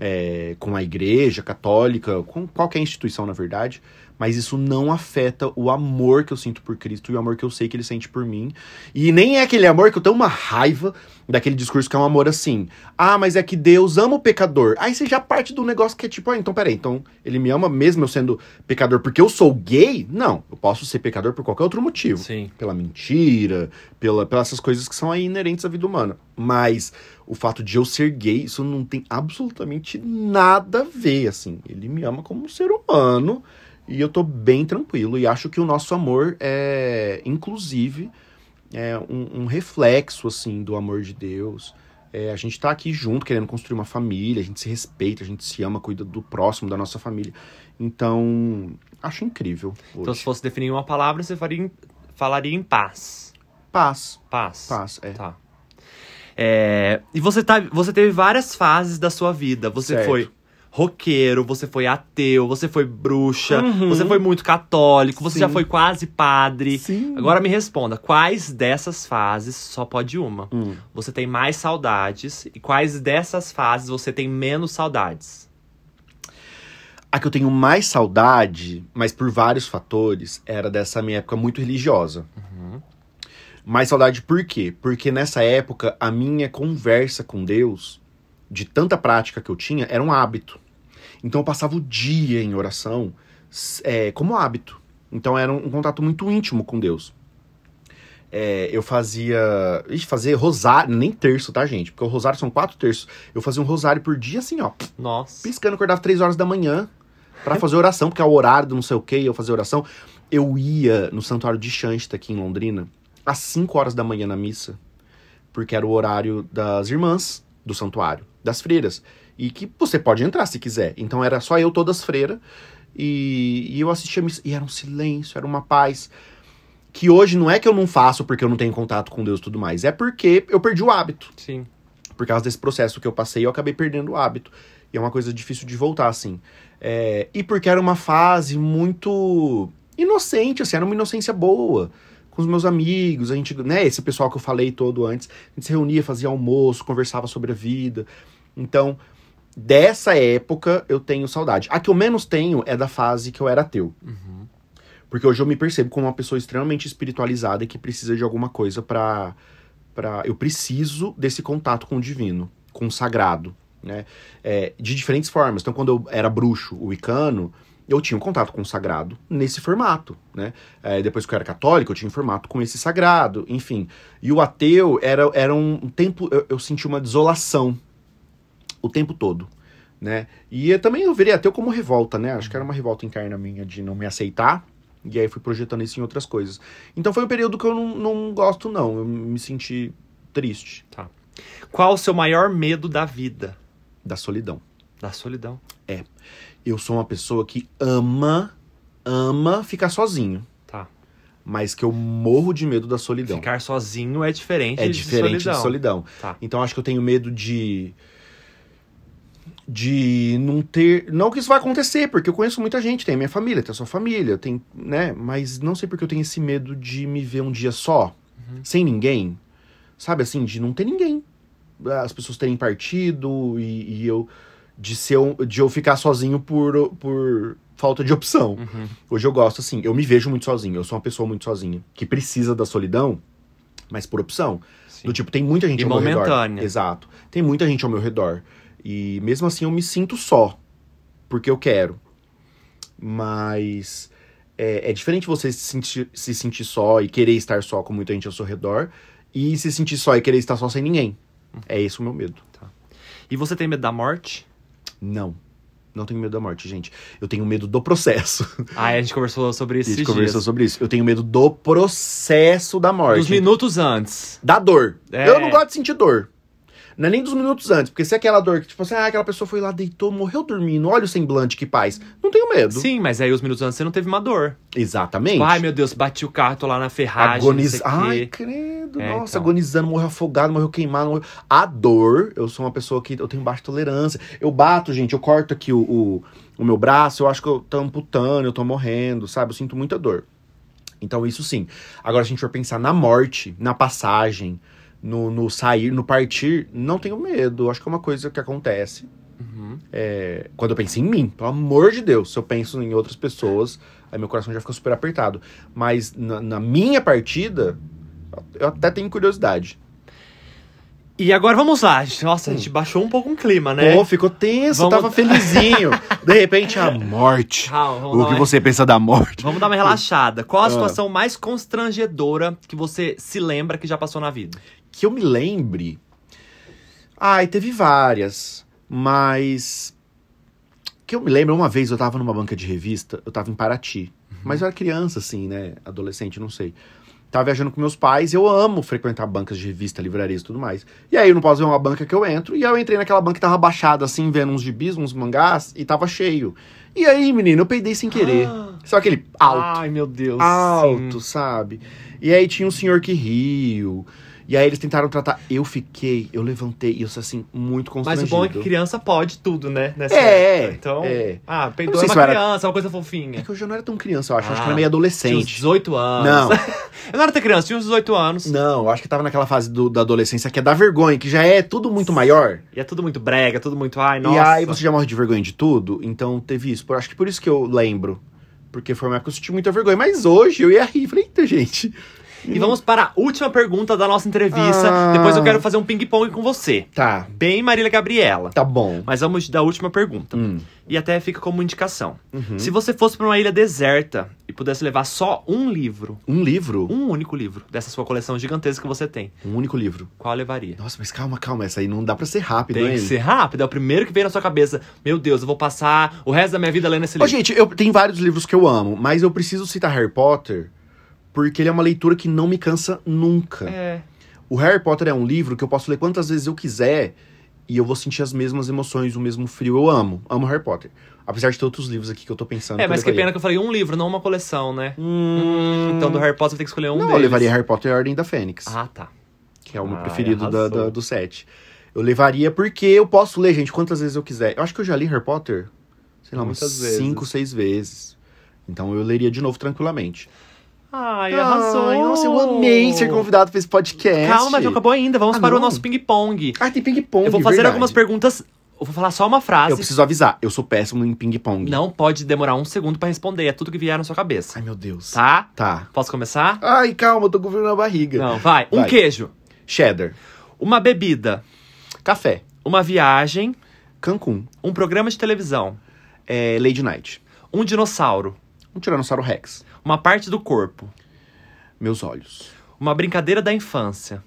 Speaker 2: é, com a igreja católica, com qualquer instituição, na verdade. Mas isso não afeta o amor que eu sinto por Cristo e o amor que eu sei que ele sente por mim. E nem é aquele amor que eu tenho uma raiva daquele discurso que é um amor assim. Ah, mas é que Deus ama o pecador. Aí você já parte do negócio que é tipo, ah, então peraí, então ele me ama mesmo eu sendo pecador porque eu sou gay? Não, eu posso ser pecador por qualquer outro motivo.
Speaker 1: Sim.
Speaker 2: Pela mentira, pela, pelas essas coisas que são aí inerentes à vida humana. Mas o fato de eu ser gay, isso não tem absolutamente nada a ver, assim. Ele me ama como um ser humano e eu tô bem tranquilo. E acho que o nosso amor é, inclusive, é um, um reflexo, assim, do amor de Deus. É, a gente tá aqui junto, querendo construir uma família, a gente se respeita, a gente se ama, cuida do próximo, da nossa família. Então, acho incrível.
Speaker 1: Então,
Speaker 2: hoje.
Speaker 1: se fosse definir uma palavra, você faria em- falaria em paz.
Speaker 2: Paz,
Speaker 1: Paz.
Speaker 2: paz, é.
Speaker 1: Tá. É, e você, tá, você teve várias fases da sua vida. Você
Speaker 2: Certo.
Speaker 1: foi roqueiro, você foi ateu, você foi bruxa,
Speaker 2: Uhum.
Speaker 1: você foi muito católico, você
Speaker 2: Sim.
Speaker 1: já foi quase padre.
Speaker 2: Sim.
Speaker 1: Agora me responda, quais dessas fases só pode uma?
Speaker 2: Hum.
Speaker 1: Você tem mais saudades e quais dessas fases você tem menos saudades?
Speaker 2: A que eu tenho mais saudade, mas por vários fatores, era dessa minha época muito religiosa. Mais saudade por quê? Porque nessa época a minha conversa com Deus, de tanta prática que eu tinha, era um hábito. Então eu passava o dia em oração s- é, como hábito. Então era um, um contato muito íntimo com Deus. É, eu fazia. Ixi, fazer rosário, nem terço, tá, gente? Porque o rosário são quatro terços. Eu fazia um rosário por dia assim, ó
Speaker 1: Nossa.
Speaker 2: piscando, acordava três horas da manhã pra fazer oração, porque é o horário do não sei o que, eu fazer oração. Eu ia no santuário de Xanxta, aqui em Londrina, às 5 horas da manhã na missa, porque era o horário das irmãs do santuário, das freiras. E que você pode entrar se quiser. Então era só eu, todas freiras, e, e eu assistia a missa. E era um silêncio, era uma paz. Que hoje não é que eu não faço porque eu não tenho contato com Deus e tudo mais, é porque eu perdi o hábito
Speaker 1: Sim.
Speaker 2: por causa desse processo que eu passei, eu acabei perdendo o hábito. E é uma coisa difícil de voltar, assim. É, e porque era uma fase muito inocente, assim, era uma inocência boa. Com os meus amigos, a gente, né, esse pessoal que eu falei todo antes, a gente se reunia, fazia almoço, conversava sobre a vida. Então, dessa época eu tenho saudade. A que eu menos tenho é da fase que eu era ateu.
Speaker 1: Uhum.
Speaker 2: Porque hoje eu me percebo como uma pessoa extremamente espiritualizada que precisa de alguma coisa pra. para eu preciso desse contato com o divino, com o sagrado, né? É, de diferentes formas. Então, quando eu era bruxo, wicano, eu tinha um contato com o sagrado nesse formato, né? É, depois que eu era católico, eu tinha um formato com esse sagrado, enfim. E o ateu era, era um tempo... Eu, eu senti uma desolação o tempo todo, né? E eu também eu virei ateu como revolta, né? Acho que era uma revolta interna minha de não me aceitar. E aí fui projetando isso em outras coisas. Então foi um período que eu não, não gosto, não. Eu me senti triste
Speaker 1: Qual o seu maior medo da vida?
Speaker 2: da solidão.
Speaker 1: Da solidão.
Speaker 2: Eu sou uma pessoa que ama, ama ficar sozinho.
Speaker 1: Tá.
Speaker 2: Mas que eu morro de medo da solidão.
Speaker 1: Ficar sozinho é diferente
Speaker 2: é
Speaker 1: de
Speaker 2: diferente
Speaker 1: solidão.
Speaker 2: de solidão.
Speaker 1: Tá.
Speaker 2: Então acho que eu tenho medo de. De não ter. Não que isso vai acontecer, porque eu conheço muita gente, tem a minha família, tem a sua família, tem. né? Mas não sei porque eu tenho esse medo de me ver um dia só,
Speaker 1: Uhum.
Speaker 2: sem ninguém. Sabe assim, de não ter ninguém. As pessoas terem partido e, e eu. De, ser, um- de eu ficar sozinho por, por falta de opção.
Speaker 1: Uhum.
Speaker 2: Hoje eu gosto, assim, eu me vejo muito sozinho, eu sou uma pessoa muito sozinha, que precisa da solidão mas por opção.
Speaker 1: Sim.
Speaker 2: Do tipo, tem muita gente
Speaker 1: E
Speaker 2: ao meu redor.
Speaker 1: momentânea.
Speaker 2: Exato. Tem muita gente ao meu redor. E mesmo assim eu me sinto só. Porque eu quero. Mas é, é diferente você se sentir, se sentir só e querer estar só com muita gente ao seu redor. E se sentir só e querer estar só sem ninguém. É esse o meu medo.
Speaker 1: E você tem medo da morte?
Speaker 2: Não. Não tenho medo da morte, gente. Eu tenho medo do processo.
Speaker 1: Ah, a gente conversou sobre isso
Speaker 2: a gente conversou sobre isso. Eu tenho medo do processo da morte.
Speaker 1: Dos minutos antes.
Speaker 2: Da dor.
Speaker 1: É.
Speaker 2: Eu não gosto de sentir dor. Não é nem dos minutos antes, porque se é aquela dor que, tipo assim, ah, aquela pessoa foi lá, deitou, morreu dormindo, olha o semblante, que paz. Não tenho medo.
Speaker 1: Sim, mas aí os minutos antes você não teve uma dor.
Speaker 2: Exatamente.
Speaker 1: Ai, meu Deus, bati o carro, tô lá na ferragem,
Speaker 2: Agoniz...
Speaker 1: não sei
Speaker 2: Ai,
Speaker 1: o quê.
Speaker 2: credo.
Speaker 1: É,
Speaker 2: nossa,
Speaker 1: então.
Speaker 2: agonizando, morreu afogado, morreu queimado. Morreu... A dor, eu sou uma pessoa que eu tenho baixa tolerância. Eu bato, gente, eu corto aqui o, o, o meu braço, eu acho que eu tô amputando, eu tô morrendo, sabe? Eu sinto muita dor. Então, isso sim. Agora, se a gente for pensar na morte, na passagem, no, no sair, no partir, não tenho medo. Eu Acho que é uma coisa que acontece.
Speaker 1: Uhum.
Speaker 2: É, quando eu penso em mim, pelo amor de Deus, se eu penso em outras pessoas, aí meu coração já fica super apertado. Mas na, na minha partida, eu até tenho curiosidade.
Speaker 1: E agora vamos lá. Nossa, a
Speaker 2: Hum.
Speaker 1: gente baixou um pouco um clima, né?
Speaker 2: Pô, ficou tenso,
Speaker 1: Vamos-
Speaker 2: tava felizinho. de repente, a morte.
Speaker 1: Calma, vamos
Speaker 2: O
Speaker 1: dar
Speaker 2: que
Speaker 1: uma-
Speaker 2: você pensa da morte?
Speaker 1: Vamos dar uma relaxada. Qual
Speaker 2: Ah.
Speaker 1: a situação mais constrangedora que você se lembra que já passou na vida?
Speaker 2: Que eu me lembre. Ai, teve várias, mas. Que eu me lembro, uma vez eu tava numa banca de revista, eu tava em Paraty. Mas eu era criança, assim, né? Adolescente, não sei. Tava viajando com meus pais, eu amo frequentar bancas de revista, livrarias e tudo mais. E aí eu não posso ver uma banca que eu entro, e aí eu entrei naquela banca que tava baixada, assim, vendo uns gibis, uns mangás, e tava cheio. E aí, menino, eu peidei sem querer.
Speaker 1: Ah.
Speaker 2: Só aquele alto
Speaker 1: Ai, meu Deus. sim.
Speaker 2: alto, sabe? E aí tinha um senhor que riu. E aí eles tentaram tratar. Eu fiquei, eu levantei, e eu sou assim, muito
Speaker 1: Mas o
Speaker 2: constrangido.
Speaker 1: bom é que criança pode tudo, né? Nessa
Speaker 2: É,
Speaker 1: época. Então,
Speaker 2: é.
Speaker 1: ah,
Speaker 2: Eu não
Speaker 1: peidou é
Speaker 2: sei
Speaker 1: uma
Speaker 2: se eu era-
Speaker 1: criança, uma coisa
Speaker 2: É
Speaker 1: fofinha.
Speaker 2: que eu já não era tão criança, eu acho. Eu acho que
Speaker 1: Ah,
Speaker 2: era meio
Speaker 1: Tinha uns
Speaker 2: adolescente.
Speaker 1: 18 anos.
Speaker 2: Não.
Speaker 1: eu não era até criança, tinha uns 18 anos.
Speaker 2: Não, eu acho que tava naquela fase do- da adolescência que é da vergonha, que já é tudo muito maior.
Speaker 1: E é tudo muito brega, tudo muito. Ai, nossa.
Speaker 2: E aí você já morre de vergonha de tudo. Então teve isso. Por- Acho que por isso que eu lembro. Porque foi uma época que eu senti muita vergonha. Mas hoje eu ia rir. Falei, eita, gente.
Speaker 1: E vamos para a última pergunta da nossa entrevista.
Speaker 2: Ah.
Speaker 1: Depois eu quero fazer um ping-pong com você.
Speaker 2: Tá,
Speaker 1: Bem, Marília Gabriela.
Speaker 2: tá bom.
Speaker 1: Mas vamos da última pergunta.
Speaker 2: Hum.
Speaker 1: E até fica como indicação.
Speaker 2: Uhum.
Speaker 1: Se você fosse pra uma ilha deserta e pudesse levar só um livro,
Speaker 2: Um livro?
Speaker 1: um único livro dessa sua coleção gigantesca que você tem,
Speaker 2: Um único livro.
Speaker 1: qual levaria?
Speaker 2: Nossa, mas calma, calma, essa aí não dá pra ser rápido,
Speaker 1: Tem
Speaker 2: hein?
Speaker 1: que ser rápido, é o primeiro que vem na sua cabeça. Meu Deus, eu vou passar o resto da minha vida lendo esse
Speaker 2: Ô,
Speaker 1: livro.
Speaker 2: gente, eu, tem vários livros que eu amo, mas eu preciso citar Harry Potter porque ele é uma leitura que não me cansa nunca.
Speaker 1: É.
Speaker 2: O Harry Potter é um livro que eu posso ler quantas vezes eu quiser e eu vou sentir as mesmas emoções, o mesmo frio. Eu amo, amo Harry Potter. Apesar de ter outros livros aqui que eu tô pensando.
Speaker 1: É, mas que
Speaker 2: eu levaria.
Speaker 1: pena que eu falei um livro, não uma coleção, né?
Speaker 2: Hum,
Speaker 1: Então do Harry Potter você tem que escolher um
Speaker 2: não,
Speaker 1: deles.
Speaker 2: eu levaria Harry Potter e a Ordem da Fênix,
Speaker 1: Ah, tá.
Speaker 2: que é o meu
Speaker 1: Ah,
Speaker 2: preferido da,
Speaker 1: arrasou.
Speaker 2: da- do set. Eu levaria porque eu posso ler, gente, quantas vezes eu quiser. Eu acho que eu já li Harry Potter sei lá, umas
Speaker 1: Muitas vezes.
Speaker 2: cinco, seis vezes. Então eu leria de novo tranquilamente.
Speaker 1: Ai, arrasou. Oh.
Speaker 2: Ai, nossa, eu amei ser convidado pra esse podcast.
Speaker 1: Calma, não acabou ainda. Vamos
Speaker 2: Ah,
Speaker 1: para o
Speaker 2: não?
Speaker 1: nosso ping-pong.
Speaker 2: Ah, tem ping-pong.
Speaker 1: Eu vou fazer
Speaker 2: verdade.
Speaker 1: algumas perguntas. Eu vou falar só uma frase.
Speaker 2: Eu preciso avisar, eu sou péssimo em ping-pong.
Speaker 1: Não pode demorar um segundo pra responder. É tudo que vier na sua cabeça.
Speaker 2: Ai, meu Deus.
Speaker 1: Tá?
Speaker 2: Tá.
Speaker 1: Posso começar?
Speaker 2: Ai, calma, eu tô com frio na barriga.
Speaker 1: Não, vai. Um
Speaker 2: Vai.
Speaker 1: queijo.
Speaker 2: Cheddar.
Speaker 1: Uma bebida.
Speaker 2: Café.
Speaker 1: Uma viagem.
Speaker 2: Cancún.
Speaker 1: Um programa de televisão.
Speaker 2: É, Lady Night.
Speaker 1: Um dinossauro.
Speaker 2: Um Tiranossauro Rex.
Speaker 1: Uma parte do corpo.
Speaker 2: Meus olhos.
Speaker 1: Uma brincadeira da infância.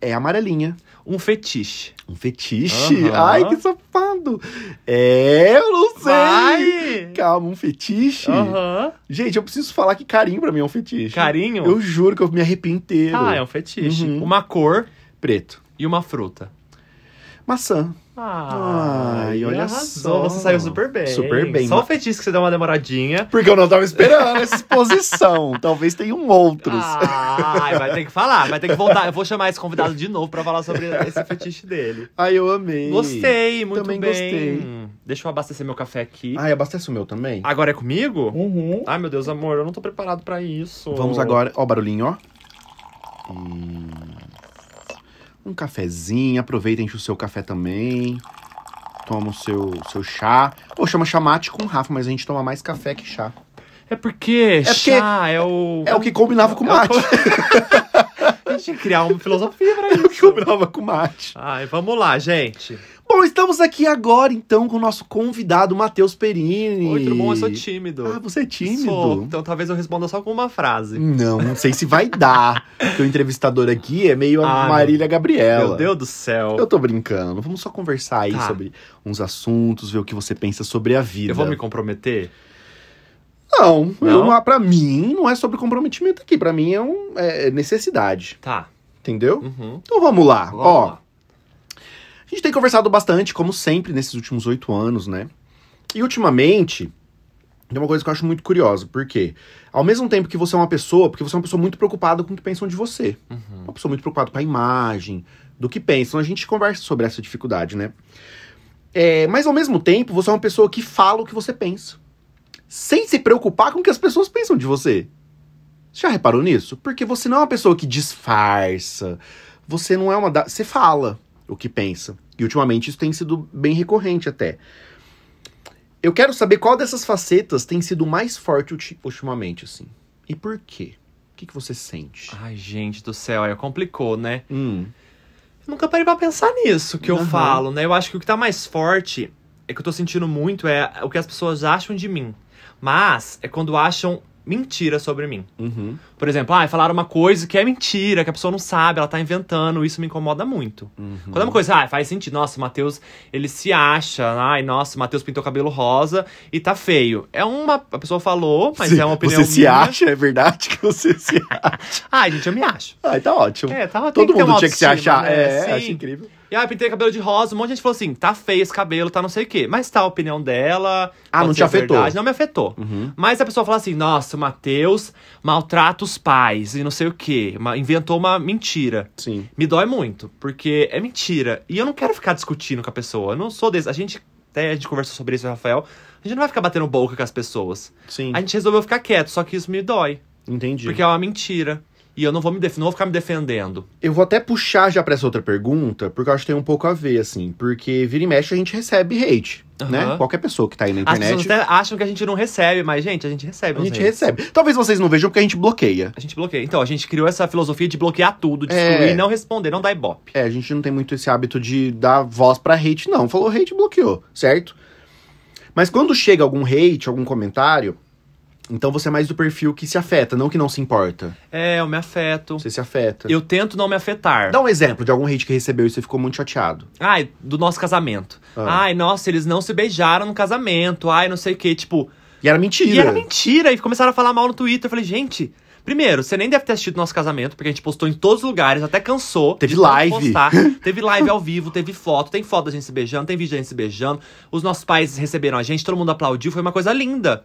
Speaker 2: É amarelinha.
Speaker 1: Um fetiche.
Speaker 2: Um fetiche.
Speaker 1: Aham.
Speaker 2: Ai, que safado. É, eu não sei.
Speaker 1: Vai!
Speaker 2: Calma, um fetiche?
Speaker 1: Aham.
Speaker 2: Gente, eu preciso falar que carinho pra mim é um fetiche.
Speaker 1: Carinho?
Speaker 2: Eu juro que eu me arrepio inteiro.
Speaker 1: Ah, é um fetiche.
Speaker 2: Uhum.
Speaker 1: Uma cor
Speaker 2: Preto.
Speaker 1: e uma fruta.
Speaker 2: Maçã. Ai, olha só.
Speaker 1: Você saiu super bem.
Speaker 2: Super bem.
Speaker 1: Só o fetiche que você deu uma demoradinha.
Speaker 2: Porque eu não tava esperando essa exposição. Talvez tenham outros.
Speaker 1: Ah. Ai, vai ter que falar, vai ter que voltar. Eu vou chamar esse convidado de novo pra falar sobre esse fetiche dele.
Speaker 2: Ai, eu amei.
Speaker 1: Gostei, muito
Speaker 2: Também
Speaker 1: bem.
Speaker 2: gostei.
Speaker 1: Deixa eu abastecer meu café aqui.
Speaker 2: Ai, abastece o meu também.
Speaker 1: Agora é comigo?
Speaker 2: Uhum.
Speaker 1: Ai, meu Deus, amor, eu não tô preparado pra isso.
Speaker 2: Vamos agora. Ó, o barulhinho, ó. E... Um cafezinho. Aproveita, enche o seu café também. Toma o seu, seu chá. Ou chama chamate com Rafa, mas a gente toma mais café que chá.
Speaker 1: É porque
Speaker 2: porque
Speaker 1: chá é o...
Speaker 2: É o que combinava com mate.
Speaker 1: A gente tinha que criar uma filosofia pra
Speaker 2: Eu
Speaker 1: isso.
Speaker 2: É combinava com mate.
Speaker 1: Ai, vamos lá, gente.
Speaker 2: Bom, estamos aqui agora, então, com o nosso convidado, Matheus Perini.
Speaker 1: Oi, tudo bom? Eu sou tímido.
Speaker 2: Ah, você é tímido?
Speaker 1: Sou. Então talvez eu responda só com uma frase.
Speaker 2: Não, não sei se vai dar. Porque o entrevistador aqui é meio a
Speaker 1: Ah,
Speaker 2: Marília Gabriela.
Speaker 1: Meu Deus do céu.
Speaker 2: Eu tô brincando. Vamos só conversar aí
Speaker 1: Tá.
Speaker 2: sobre uns assuntos, ver o que você pensa sobre a vida.
Speaker 1: Eu vou me comprometer?
Speaker 2: Não, eu
Speaker 1: Não?
Speaker 2: não- pra mim não é sobre comprometimento aqui. Pra mim é, um, é necessidade,
Speaker 1: Tá.
Speaker 2: entendeu?
Speaker 1: Uhum.
Speaker 2: Então vamos lá.
Speaker 1: Vamos
Speaker 2: Ó,
Speaker 1: lá.
Speaker 2: a gente tem conversado bastante, como sempre, nesses últimos oito anos, né? E ultimamente, tem uma coisa que eu acho muito curiosa. Por quê? Ao mesmo tempo que você é uma pessoa, porque você é uma pessoa muito preocupada com o que pensam de você.
Speaker 1: Uhum.
Speaker 2: uma pessoa muito preocupada com a imagem, do que pensam. A gente conversa sobre essa dificuldade, né? É, mas ao mesmo tempo, você é uma pessoa que fala o que você pensa, sem se preocupar com o que as pessoas pensam de você. Você já reparou nisso? Porque você não é uma pessoa que disfarça. Você não é uma. Da... Você fala o que pensa. E ultimamente isso tem sido bem recorrente até. Eu quero saber qual dessas facetas tem sido mais forte ulti- ultimamente, assim. E por quê? O que, que você sente?
Speaker 1: Ai, gente do céu, aí complicou, né?
Speaker 2: Hum.
Speaker 1: Eu nunca parei pra pensar nisso que eu
Speaker 2: Aham.
Speaker 1: falo, né? Eu acho que o que tá mais forte é que eu tô sentindo muito é o que as pessoas acham de mim. Mas é quando acham mentira sobre mim.
Speaker 2: Uhum.
Speaker 1: Por exemplo, ah, falaram uma coisa que é mentira, que a pessoa não sabe, ela tá inventando, isso me incomoda muito.
Speaker 2: Uhum.
Speaker 1: Quando é uma coisa, ah, faz sentido, nossa, o Matheus, ele se acha, ai, nossa, o Matheus pintou cabelo rosa e tá feio. É uma, a pessoa falou, mas
Speaker 2: Você-
Speaker 1: é uma opinião
Speaker 2: Você se
Speaker 1: minha.
Speaker 2: acha, é verdade que você se acha.
Speaker 1: Ai, gente, eu me acho.
Speaker 2: Ai, tá ótimo.
Speaker 1: É, tá, tem
Speaker 2: Todo
Speaker 1: ter
Speaker 2: mundo
Speaker 1: uma
Speaker 2: tinha que se
Speaker 1: autoestima,
Speaker 2: achar.
Speaker 1: né?
Speaker 2: É,
Speaker 1: Sim.
Speaker 2: acho incrível.
Speaker 1: E aí, pintei cabelo de rosa, um monte de gente falou assim, tá feio esse cabelo, tá não sei o quê. Mas tá a opinião dela.
Speaker 2: Ah,
Speaker 1: pode
Speaker 2: não
Speaker 1: ser
Speaker 2: te afetou?
Speaker 1: verdade, não me afetou. Mas a pessoa fala assim, nossa, o Matheus maltrata os pais e não sei o quê. uma- inventou uma mentira.
Speaker 2: Sim.
Speaker 1: Me dói muito, porque é mentira. E eu não quero ficar discutindo com a pessoa. Eu não sou desse. A gente. Até a gente conversou sobre isso, Rafael. A gente não vai ficar batendo boca com as pessoas.
Speaker 2: Sim.
Speaker 1: A gente resolveu ficar quieto, só que isso me dói.
Speaker 2: Entendi.
Speaker 1: Porque é uma mentira. E eu não vou me def... não vou ficar me defendendo.
Speaker 2: Eu vou até puxar já pra essa outra pergunta, porque eu acho que tem um pouco a ver, assim. Porque vira e mexe a gente recebe hate, né?
Speaker 1: Aham.
Speaker 2: Qualquer pessoa que tá aí na
Speaker 1: As pessoas
Speaker 2: internet,
Speaker 1: até acham que a gente não recebe, mas, gente, a gente recebe.
Speaker 2: a
Speaker 1: uns
Speaker 2: gente
Speaker 1: haters.
Speaker 2: recebe. Talvez vocês não vejam porque a gente bloqueia.
Speaker 1: A gente bloqueia. Então, a gente criou essa filosofia de bloquear tudo, de
Speaker 2: É.
Speaker 1: excluir, não responder, não dar ibope.
Speaker 2: É, a gente não tem muito esse hábito de dar voz pra hate, não. Falou hate, bloqueou, certo? Mas quando chega algum hate, algum comentário, então você é mais do perfil que se afeta, não que não se importa.
Speaker 1: É, eu me afeto.
Speaker 2: Você tá- se afeta.
Speaker 1: Eu tento não me afetar.
Speaker 2: Dá um exemplo de algum hate que recebeu e você ficou muito chateado.
Speaker 1: Ai, do nosso casamento.
Speaker 2: Ah.
Speaker 1: Ai, nossa, eles não se beijaram no casamento. Ai, não sei o quê. Tipo,
Speaker 2: E era mentira.
Speaker 1: E era mentira. E começaram a falar mal no Twitter. Eu falei, gente, primeiro, você nem deve ter assistido nosso casamento, porque a gente postou em todos os lugares, até cansou.
Speaker 2: Teve
Speaker 1: de tanto
Speaker 2: live.
Speaker 1: Postar. Teve live ao vivo, teve foto, tem foto da gente se beijando, tem vídeo da gente se beijando. Os nossos pais receberam a gente, todo mundo aplaudiu, foi uma coisa linda.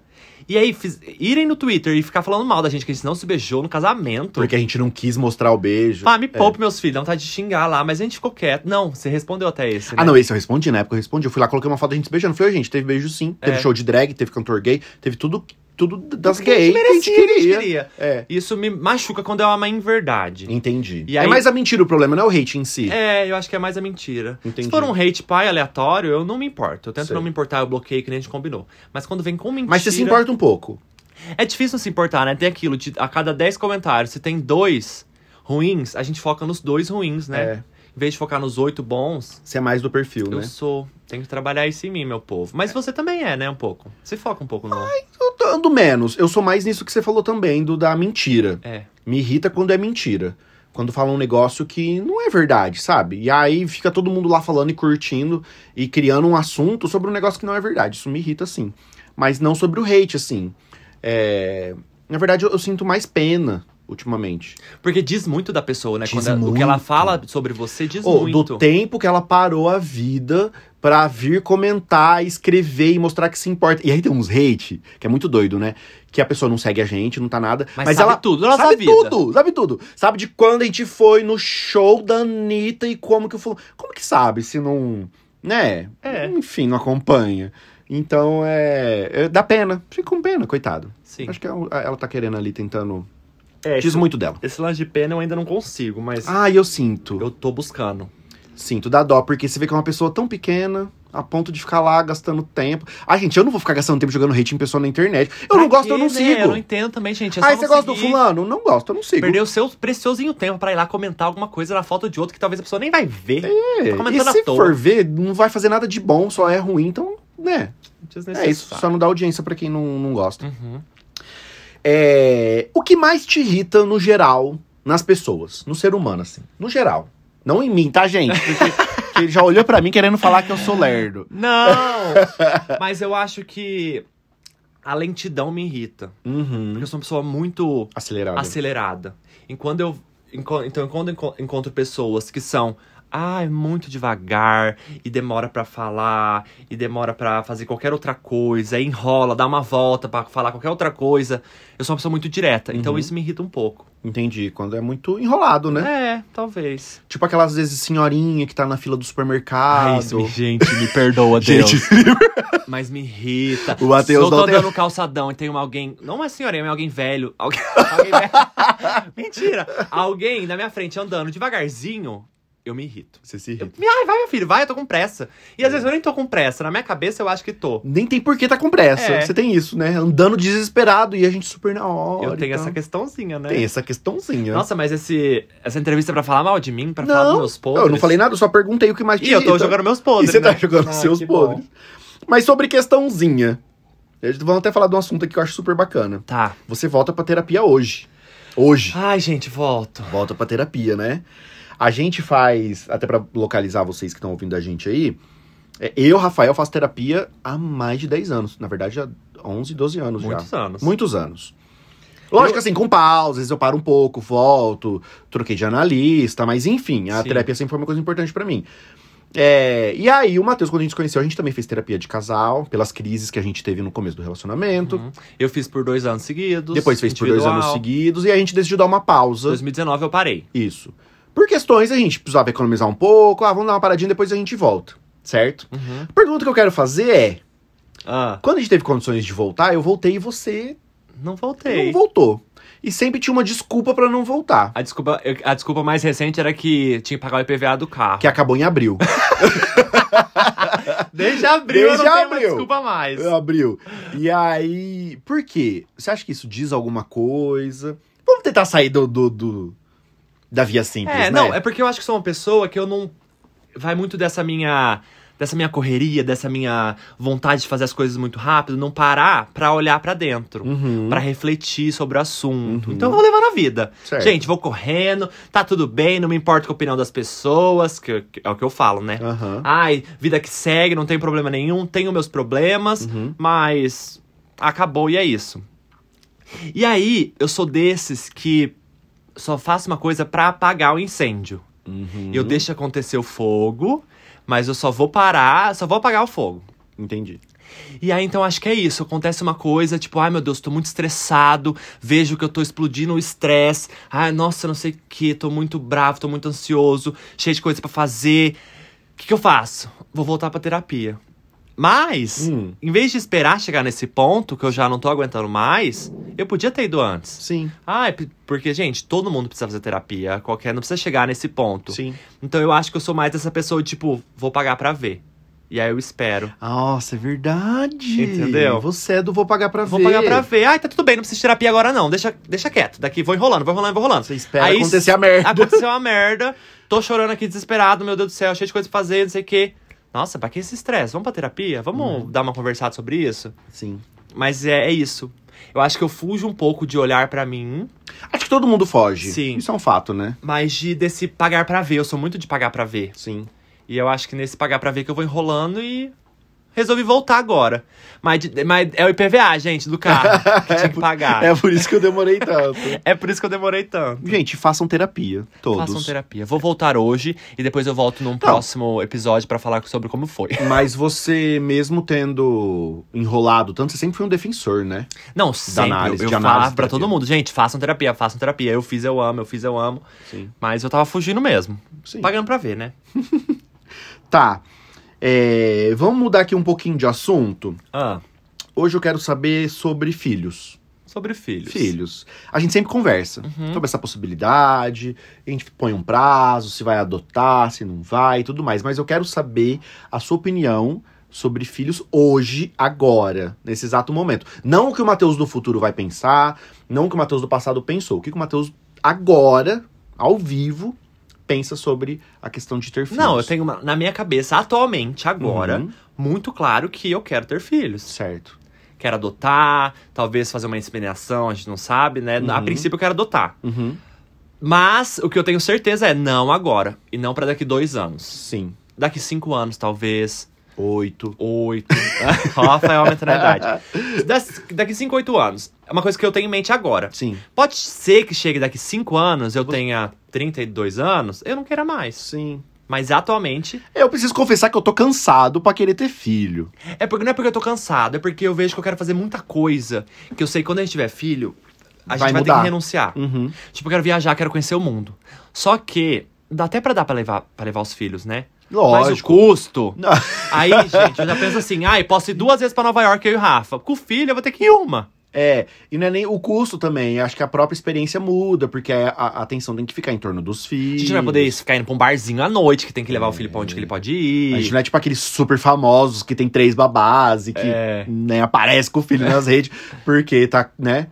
Speaker 1: E aí, fiz- irem no Twitter e ficar falando mal da gente, que a gente não se beijou no casamento.
Speaker 2: Porque É. a gente não quis mostrar o beijo.
Speaker 1: Pá, me poupe, meus filhos, dá vontade de xingar lá, mas a gente ficou quieto. Não, você respondeu até esse. Né?
Speaker 2: Ah, não, esse eu respondi, na época eu respondi. Eu fui lá, coloquei uma foto da gente se beijando. Falei, "Ô, gente, teve beijo sim. Teve
Speaker 1: É.
Speaker 2: show de drag, teve cantor gay, teve tudo, tudo das
Speaker 1: Porque a gente
Speaker 2: gays então que a gente
Speaker 1: merecia, a gente
Speaker 2: queria.
Speaker 1: queria.
Speaker 2: É.
Speaker 1: Isso me machuca quando é uma inverdade.
Speaker 2: Entendi.
Speaker 1: E aí-
Speaker 2: É mais a mentira o problema, não é o hate em si.
Speaker 1: É, eu acho que é mais a mentira.
Speaker 2: Entendi.
Speaker 1: Se for um hate pai aleatório, eu não me importo. Eu tento
Speaker 2: Sei.
Speaker 1: não me importar, eu bloqueio que nem a gente combinou. Mas quando vem com mentira.
Speaker 2: Mas você se importa um pouco.
Speaker 1: É difícil se importar, né? Tem aquilo, de, a cada 10 comentários, se tem dois ruins, a gente foca nos dois ruins, né?
Speaker 2: É.
Speaker 1: Em vez de focar nos oito bons,
Speaker 2: Você é mais do perfil,
Speaker 1: eu
Speaker 2: né?
Speaker 1: sou. Tenho que trabalhar isso em mim, meu povo. Mas você também é, né? Um pouco. Você foca um pouco no.
Speaker 2: Eu tô- ando menos. Eu sou mais nisso que você falou também, do da mentira.
Speaker 1: É.
Speaker 2: Me irrita quando é mentira. Quando fala um negócio que não é verdade, sabe? E aí fica todo mundo lá falando e curtindo e criando um assunto sobre um negócio que não é verdade. Isso me irrita, sim. Mas não sobre o hate, assim. É, Na verdade, eu, eu sinto mais pena ultimamente.
Speaker 1: Porque diz muito da pessoa, né?
Speaker 2: Diz
Speaker 1: Quando ela- o que ela
Speaker 2: muito.
Speaker 1: fala sobre você diz
Speaker 2: Ou
Speaker 1: muito.
Speaker 2: do tempo que ela parou a vida pra vir comentar, escrever e mostrar que se importa. E aí tem uns hate, que é muito doido, né? Que a pessoa não segue a gente, não tá nada.
Speaker 1: Mas, sabe
Speaker 2: ela
Speaker 1: tudo, ela
Speaker 2: sabe
Speaker 1: sabe
Speaker 2: tudo, sabe tudo. Sabe de quando a gente foi no show da Anitta e como que eu falo. Como que sabe se não. Né?
Speaker 1: É.
Speaker 2: Enfim, não acompanha. Então é. é, Dá pena. Fica com pena, coitado.
Speaker 1: Sim.
Speaker 2: Acho que ela, ela tá querendo ali tentando.
Speaker 1: É,
Speaker 2: Diz muito dela.
Speaker 1: esse lance de pena eu ainda não consigo, mas
Speaker 2: Ah, eu sinto.
Speaker 1: eu tô buscando.
Speaker 2: Sinto, dá dó, porque você vê que é uma pessoa tão pequena, A ponto de ficar lá gastando tempo. Ah, gente, eu não vou ficar gastando tempo jogando hate em pessoa na internet. Eu
Speaker 1: Pra
Speaker 2: não gosto,
Speaker 1: quê,
Speaker 2: eu não
Speaker 1: né?
Speaker 2: sigo.
Speaker 1: Eu não entendo também, gente. É só
Speaker 2: ah,
Speaker 1: não
Speaker 2: você gosta do
Speaker 1: seguir.
Speaker 2: fulano? Não gosto, eu não sigo.
Speaker 1: Perdeu o seu preciosinho tempo pra ir lá comentar alguma coisa na foto de outro que talvez a pessoa nem vai ver.
Speaker 2: É,
Speaker 1: Tá comentando
Speaker 2: e
Speaker 1: à
Speaker 2: se
Speaker 1: toa.
Speaker 2: for ver, não vai fazer nada de bom, só é ruim, então, né? É isso,
Speaker 1: Desnecessário.
Speaker 2: só não dá audiência pra quem não, não gosta.
Speaker 1: Uhum.
Speaker 2: É, o que mais te irrita no geral, nas pessoas, no ser humano, assim, no geral. Não em mim, tá, gente? Porque que ele já olhou pra mim querendo falar que eu sou lerdo.
Speaker 1: Não! Mas eu acho que a lentidão me irrita.
Speaker 2: Uhum.
Speaker 1: Porque eu sou uma pessoa muito
Speaker 2: Acelerado.
Speaker 1: acelerada. Enquanto eu, enco- então, quando eu enco- encontro pessoas que são ai, muito devagar e demora pra falar e demora pra fazer qualquer outra coisa, e enrola, dá uma volta pra falar qualquer outra coisa, eu sou uma pessoa muito direta, então
Speaker 2: Uhum.
Speaker 1: isso me irrita um pouco.
Speaker 2: Entendi, quando é muito enrolado,
Speaker 1: É,
Speaker 2: né?
Speaker 1: talvez.
Speaker 2: Tipo aquelas vezes senhorinha que tá na fila do supermercado.
Speaker 1: Ai, isso, me- gente, me perdoa, Deus.
Speaker 2: Ah, Gente,
Speaker 1: Mas me irrita.
Speaker 2: O Matheus
Speaker 1: Se eu tô
Speaker 2: não tem-
Speaker 1: dando calçadão e tem uma alguém. Não é senhorinha, é alguém velho. Alguém, alguém velho. Mentira! Alguém na minha frente andando devagarzinho, eu me irrito.
Speaker 2: você se irrita.
Speaker 1: Ai, vai, meu filho, vai, eu tô com pressa.
Speaker 2: É.
Speaker 1: E às vezes eu nem tô com pressa. Na minha cabeça eu acho que tô.
Speaker 2: Nem tem por que tá com pressa.
Speaker 1: É.
Speaker 2: Você tem isso, né? Andando desesperado e a gente super na hora.
Speaker 1: eu
Speaker 2: e
Speaker 1: tenho
Speaker 2: tal.
Speaker 1: essa questãozinha, né?
Speaker 2: Tem essa questãozinha.
Speaker 1: Nossa, mas esse, essa entrevista é pra falar mal de mim, pra falar
Speaker 2: Não,
Speaker 1: dos meus podres.
Speaker 2: eu não falei nada, eu só perguntei o que mais te
Speaker 1: E eu tô
Speaker 2: irrita.
Speaker 1: jogando meus podres.
Speaker 2: E você tá
Speaker 1: né?
Speaker 2: jogando
Speaker 1: Ai,
Speaker 2: seus
Speaker 1: que bom.
Speaker 2: podres. Mas sobre questãozinha. Eles vão até falar de um assunto aqui que eu acho super bacana.
Speaker 1: Tá.
Speaker 2: Você volta pra terapia hoje. Hoje.
Speaker 1: Ai, gente, volto.
Speaker 2: Volta pra terapia, né? A gente faz, até pra localizar vocês que estão ouvindo a gente aí, é, eu, Rafael, faço terapia há mais de 10 anos. Na verdade, há 11, 12 anos já.
Speaker 1: Muitos anos.
Speaker 2: Muitos anos. Lógico,
Speaker 1: Eu-
Speaker 2: assim, com pausas, eu paro um pouco, volto, troquei de analista, mas enfim, a
Speaker 1: Sim.
Speaker 2: terapia sempre foi uma coisa importante pra mim. É, e aí, o Matheus, quando a gente se conheceu, a gente também fez terapia de casal, pelas crises que a gente teve no começo do relacionamento.
Speaker 1: Uhum. Eu fiz por dois anos seguidos.
Speaker 2: Depois fez por dois anos
Speaker 1: individual.
Speaker 2: seguidos, e a gente decidiu dar uma pausa.
Speaker 1: 2019 eu parei.
Speaker 2: Isso. Por questões, a gente precisava economizar um pouco, ah, vamos dar uma paradinha, depois a gente volta, certo?
Speaker 1: Uhum.
Speaker 2: A pergunta que eu quero fazer é,
Speaker 1: Ah,
Speaker 2: quando a gente teve condições de voltar, eu voltei e você
Speaker 1: não voltei.
Speaker 2: não voltou. E sempre tinha uma desculpa pra não voltar,
Speaker 1: A desculpa, eu- a desculpa mais recente era que tinha que pagar o IPVA do carro.
Speaker 2: que acabou em abril.
Speaker 1: Desde abril eu
Speaker 2: Desde
Speaker 1: não tenho
Speaker 2: abril.
Speaker 1: uma desculpa mais.
Speaker 2: abril. E aí, por quê? Você acha que isso diz alguma coisa? Vamos tentar sair do, do, do- da via simples,
Speaker 1: É,
Speaker 2: né?
Speaker 1: não, é porque eu acho que sou uma pessoa que eu não. Vai muito dessa minha. Dessa minha correria, dessa minha vontade de fazer as coisas muito rápido, não parar pra olhar pra dentro,
Speaker 2: Uhum,
Speaker 1: pra refletir sobre o assunto.
Speaker 2: Uhum.
Speaker 1: Então eu vou levando a vida.
Speaker 2: certo.
Speaker 1: Gente, vou correndo, tá tudo bem, não me importa com a opinião das pessoas, que, que é o que eu falo, né?
Speaker 2: Aham.
Speaker 1: Ai, vida que segue, não tem problema nenhum, tenho meus problemas,
Speaker 2: Uhum.
Speaker 1: mas acabou e é isso. E aí, eu sou desses que só faço uma coisa pra apagar o incêndio.
Speaker 2: Uhum.
Speaker 1: Eu deixo acontecer o fogo, mas eu só vou parar, só vou apagar o fogo.
Speaker 2: Entendi.
Speaker 1: E aí, então, acho que é isso. Acontece uma coisa, tipo, ai meu Deus, tô muito estressado, vejo que eu tô explodindo o estresse. Ai, nossa, não sei o que, tô muito bravo, tô muito ansioso, cheio de coisa pra fazer. O que, que eu faço? Vou voltar pra terapia. Mas,
Speaker 2: Hum,
Speaker 1: em vez de esperar chegar nesse ponto, que eu já não tô aguentando mais, eu podia ter ido antes.
Speaker 2: sim,
Speaker 1: Ah, porque, gente, todo mundo precisa fazer terapia, qualquer, não precisa chegar nesse ponto.
Speaker 2: sim.
Speaker 1: Então eu acho que eu sou mais essa pessoa, tipo, vou pagar pra ver. E aí eu espero.
Speaker 2: Nossa, é verdade.
Speaker 1: Entendeu?
Speaker 2: Você é do vou pagar pra
Speaker 1: Vou
Speaker 2: ver.
Speaker 1: pagar pra ver. Ai, tá tudo bem, não precisa de terapia agora não. Deixa, deixa quieto. Daqui vou enrolando, vou enrolando, vou enrolando.
Speaker 2: Você espera
Speaker 1: Aí
Speaker 2: acontecer a merda.
Speaker 1: Aconteceu uma merda. Tô chorando aqui desesperado, meu Deus do céu, cheio de coisa pra fazer, não sei o quê. Nossa, pra que esse estresse? Vamos pra terapia?
Speaker 2: Uhum.
Speaker 1: Vamos dar uma conversada sobre isso?
Speaker 2: Sim.
Speaker 1: Mas é, é isso. Eu acho que eu fujo um pouco de olhar pra mim,
Speaker 2: Acho que todo mundo foge.
Speaker 1: Sim.
Speaker 2: Isso é um fato, né?
Speaker 1: mas de desse pagar pra ver. Eu sou muito de pagar pra ver.
Speaker 2: Sim.
Speaker 1: E eu acho que nesse pagar pra ver que eu vou enrolando e resolvi voltar agora. Mas, de- mas é o IPVA, gente, do carro que tinha que pagar.
Speaker 2: É por isso que eu demorei tanto.
Speaker 1: É por isso que eu demorei tanto.
Speaker 2: Gente, façam terapia. Todos.
Speaker 1: Façam terapia. Vou voltar hoje e depois eu volto num próximo episódio pra falar sobre como foi.
Speaker 2: Mas você, mesmo tendo enrolado tanto, você sempre foi um defensor, né?
Speaker 1: Não, sempre
Speaker 2: análise,
Speaker 1: eu
Speaker 2: de análise
Speaker 1: falava
Speaker 2: de
Speaker 1: pra
Speaker 2: terapia.
Speaker 1: todo mundo, gente, façam terapia, façam terapia. Eu fiz, eu amo, eu fiz, eu amo.
Speaker 2: Sim.
Speaker 1: Mas eu tava fugindo mesmo.
Speaker 2: Sim.
Speaker 1: Pagando pra ver, né?
Speaker 2: Tá. É, vamos mudar aqui um pouquinho de assunto.
Speaker 1: Ah,
Speaker 2: Hoje eu quero saber sobre filhos.
Speaker 1: sobre filhos. Uhum.
Speaker 2: filhos. A gente sempre conversa Uhum. sobre essa possibilidade, a gente põe um prazo, se vai adotar, se não vai e tudo mais. Mas eu quero saber a sua opinião sobre filhos hoje, agora, nesse exato momento. Não o que o Matheus do futuro vai pensar, não o que o Matheus do passado pensou, o que que o Matheus agora, ao vivo, pensa sobre a questão de ter filhos.
Speaker 1: Não, eu tenho uma- na minha cabeça, atualmente, agora,
Speaker 2: Uhum,
Speaker 1: muito claro que eu quero ter filhos.
Speaker 2: certo.
Speaker 1: Quero adotar, talvez fazer uma inseminação, a gente não sabe, né? A
Speaker 2: Uhum.
Speaker 1: princípio eu quero adotar.
Speaker 2: Uhum,
Speaker 1: Mas o que eu tenho certeza é não agora. E não pra daqui dois anos.
Speaker 2: sim.
Speaker 1: Daqui cinco anos, talvez.
Speaker 2: Oito.
Speaker 1: Oito. Rafael aumenta na idade. Das- Daqui cinco, oito anos. É uma coisa que eu tenho em mente agora.
Speaker 2: Sim.
Speaker 1: Pode ser que chegue daqui cinco anos, eu tenha 32 anos, eu não queira mais.
Speaker 2: Sim.
Speaker 1: Mas atualmente,
Speaker 2: Eu preciso confessar que eu tô cansado pra querer ter filho.
Speaker 1: É porque não é porque eu tô cansado, é porque eu vejo que eu quero fazer muita coisa. Que eu sei que quando a gente tiver filho, a
Speaker 2: Vai
Speaker 1: gente vai ter
Speaker 2: mudar.
Speaker 1: que renunciar.
Speaker 2: Uhum.
Speaker 1: Tipo, eu quero viajar, quero conhecer o mundo. Só que dá até pra dar pra levar, pra levar os filhos, né? Mas o
Speaker 2: Lógico.
Speaker 1: custo.
Speaker 2: Não.
Speaker 1: Aí, gente, eu já penso assim, ai, posso ir duas vezes pra Nova York, eu e o Rafa. Com o filho, eu vou ter que ir uma.
Speaker 2: É, e não é nem o custo também. Acho que a própria experiência muda, porque a, a atenção tem que ficar em torno dos
Speaker 1: A
Speaker 2: filhos.
Speaker 1: gente não vai poder ficar indo pra um barzinho à noite, que tem que levar o filho pra onde que ele pode ir.
Speaker 2: É. A gente não é tipo aqueles super famosos que tem três babás e que
Speaker 1: É.
Speaker 2: né, aparece com o filho nas redes, porque tá, né?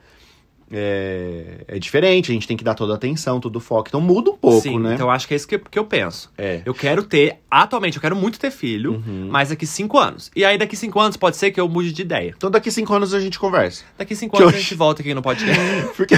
Speaker 2: É, é diferente, a gente tem que dar toda a atenção, todo o foco. Então muda um pouco,
Speaker 1: Sim,
Speaker 2: né?
Speaker 1: então eu acho que é isso que, que eu penso.
Speaker 2: É.
Speaker 1: Eu quero ter, atualmente, eu quero muito ter filho,
Speaker 2: Uhum.
Speaker 1: mas daqui cinco anos. E aí, daqui cinco anos, pode ser que eu mude de ideia.
Speaker 2: Então daqui cinco anos a gente conversa.
Speaker 1: Daqui cinco
Speaker 2: Que
Speaker 1: anos a
Speaker 2: hoje-
Speaker 1: gente volta aqui no podcast.
Speaker 2: Porque...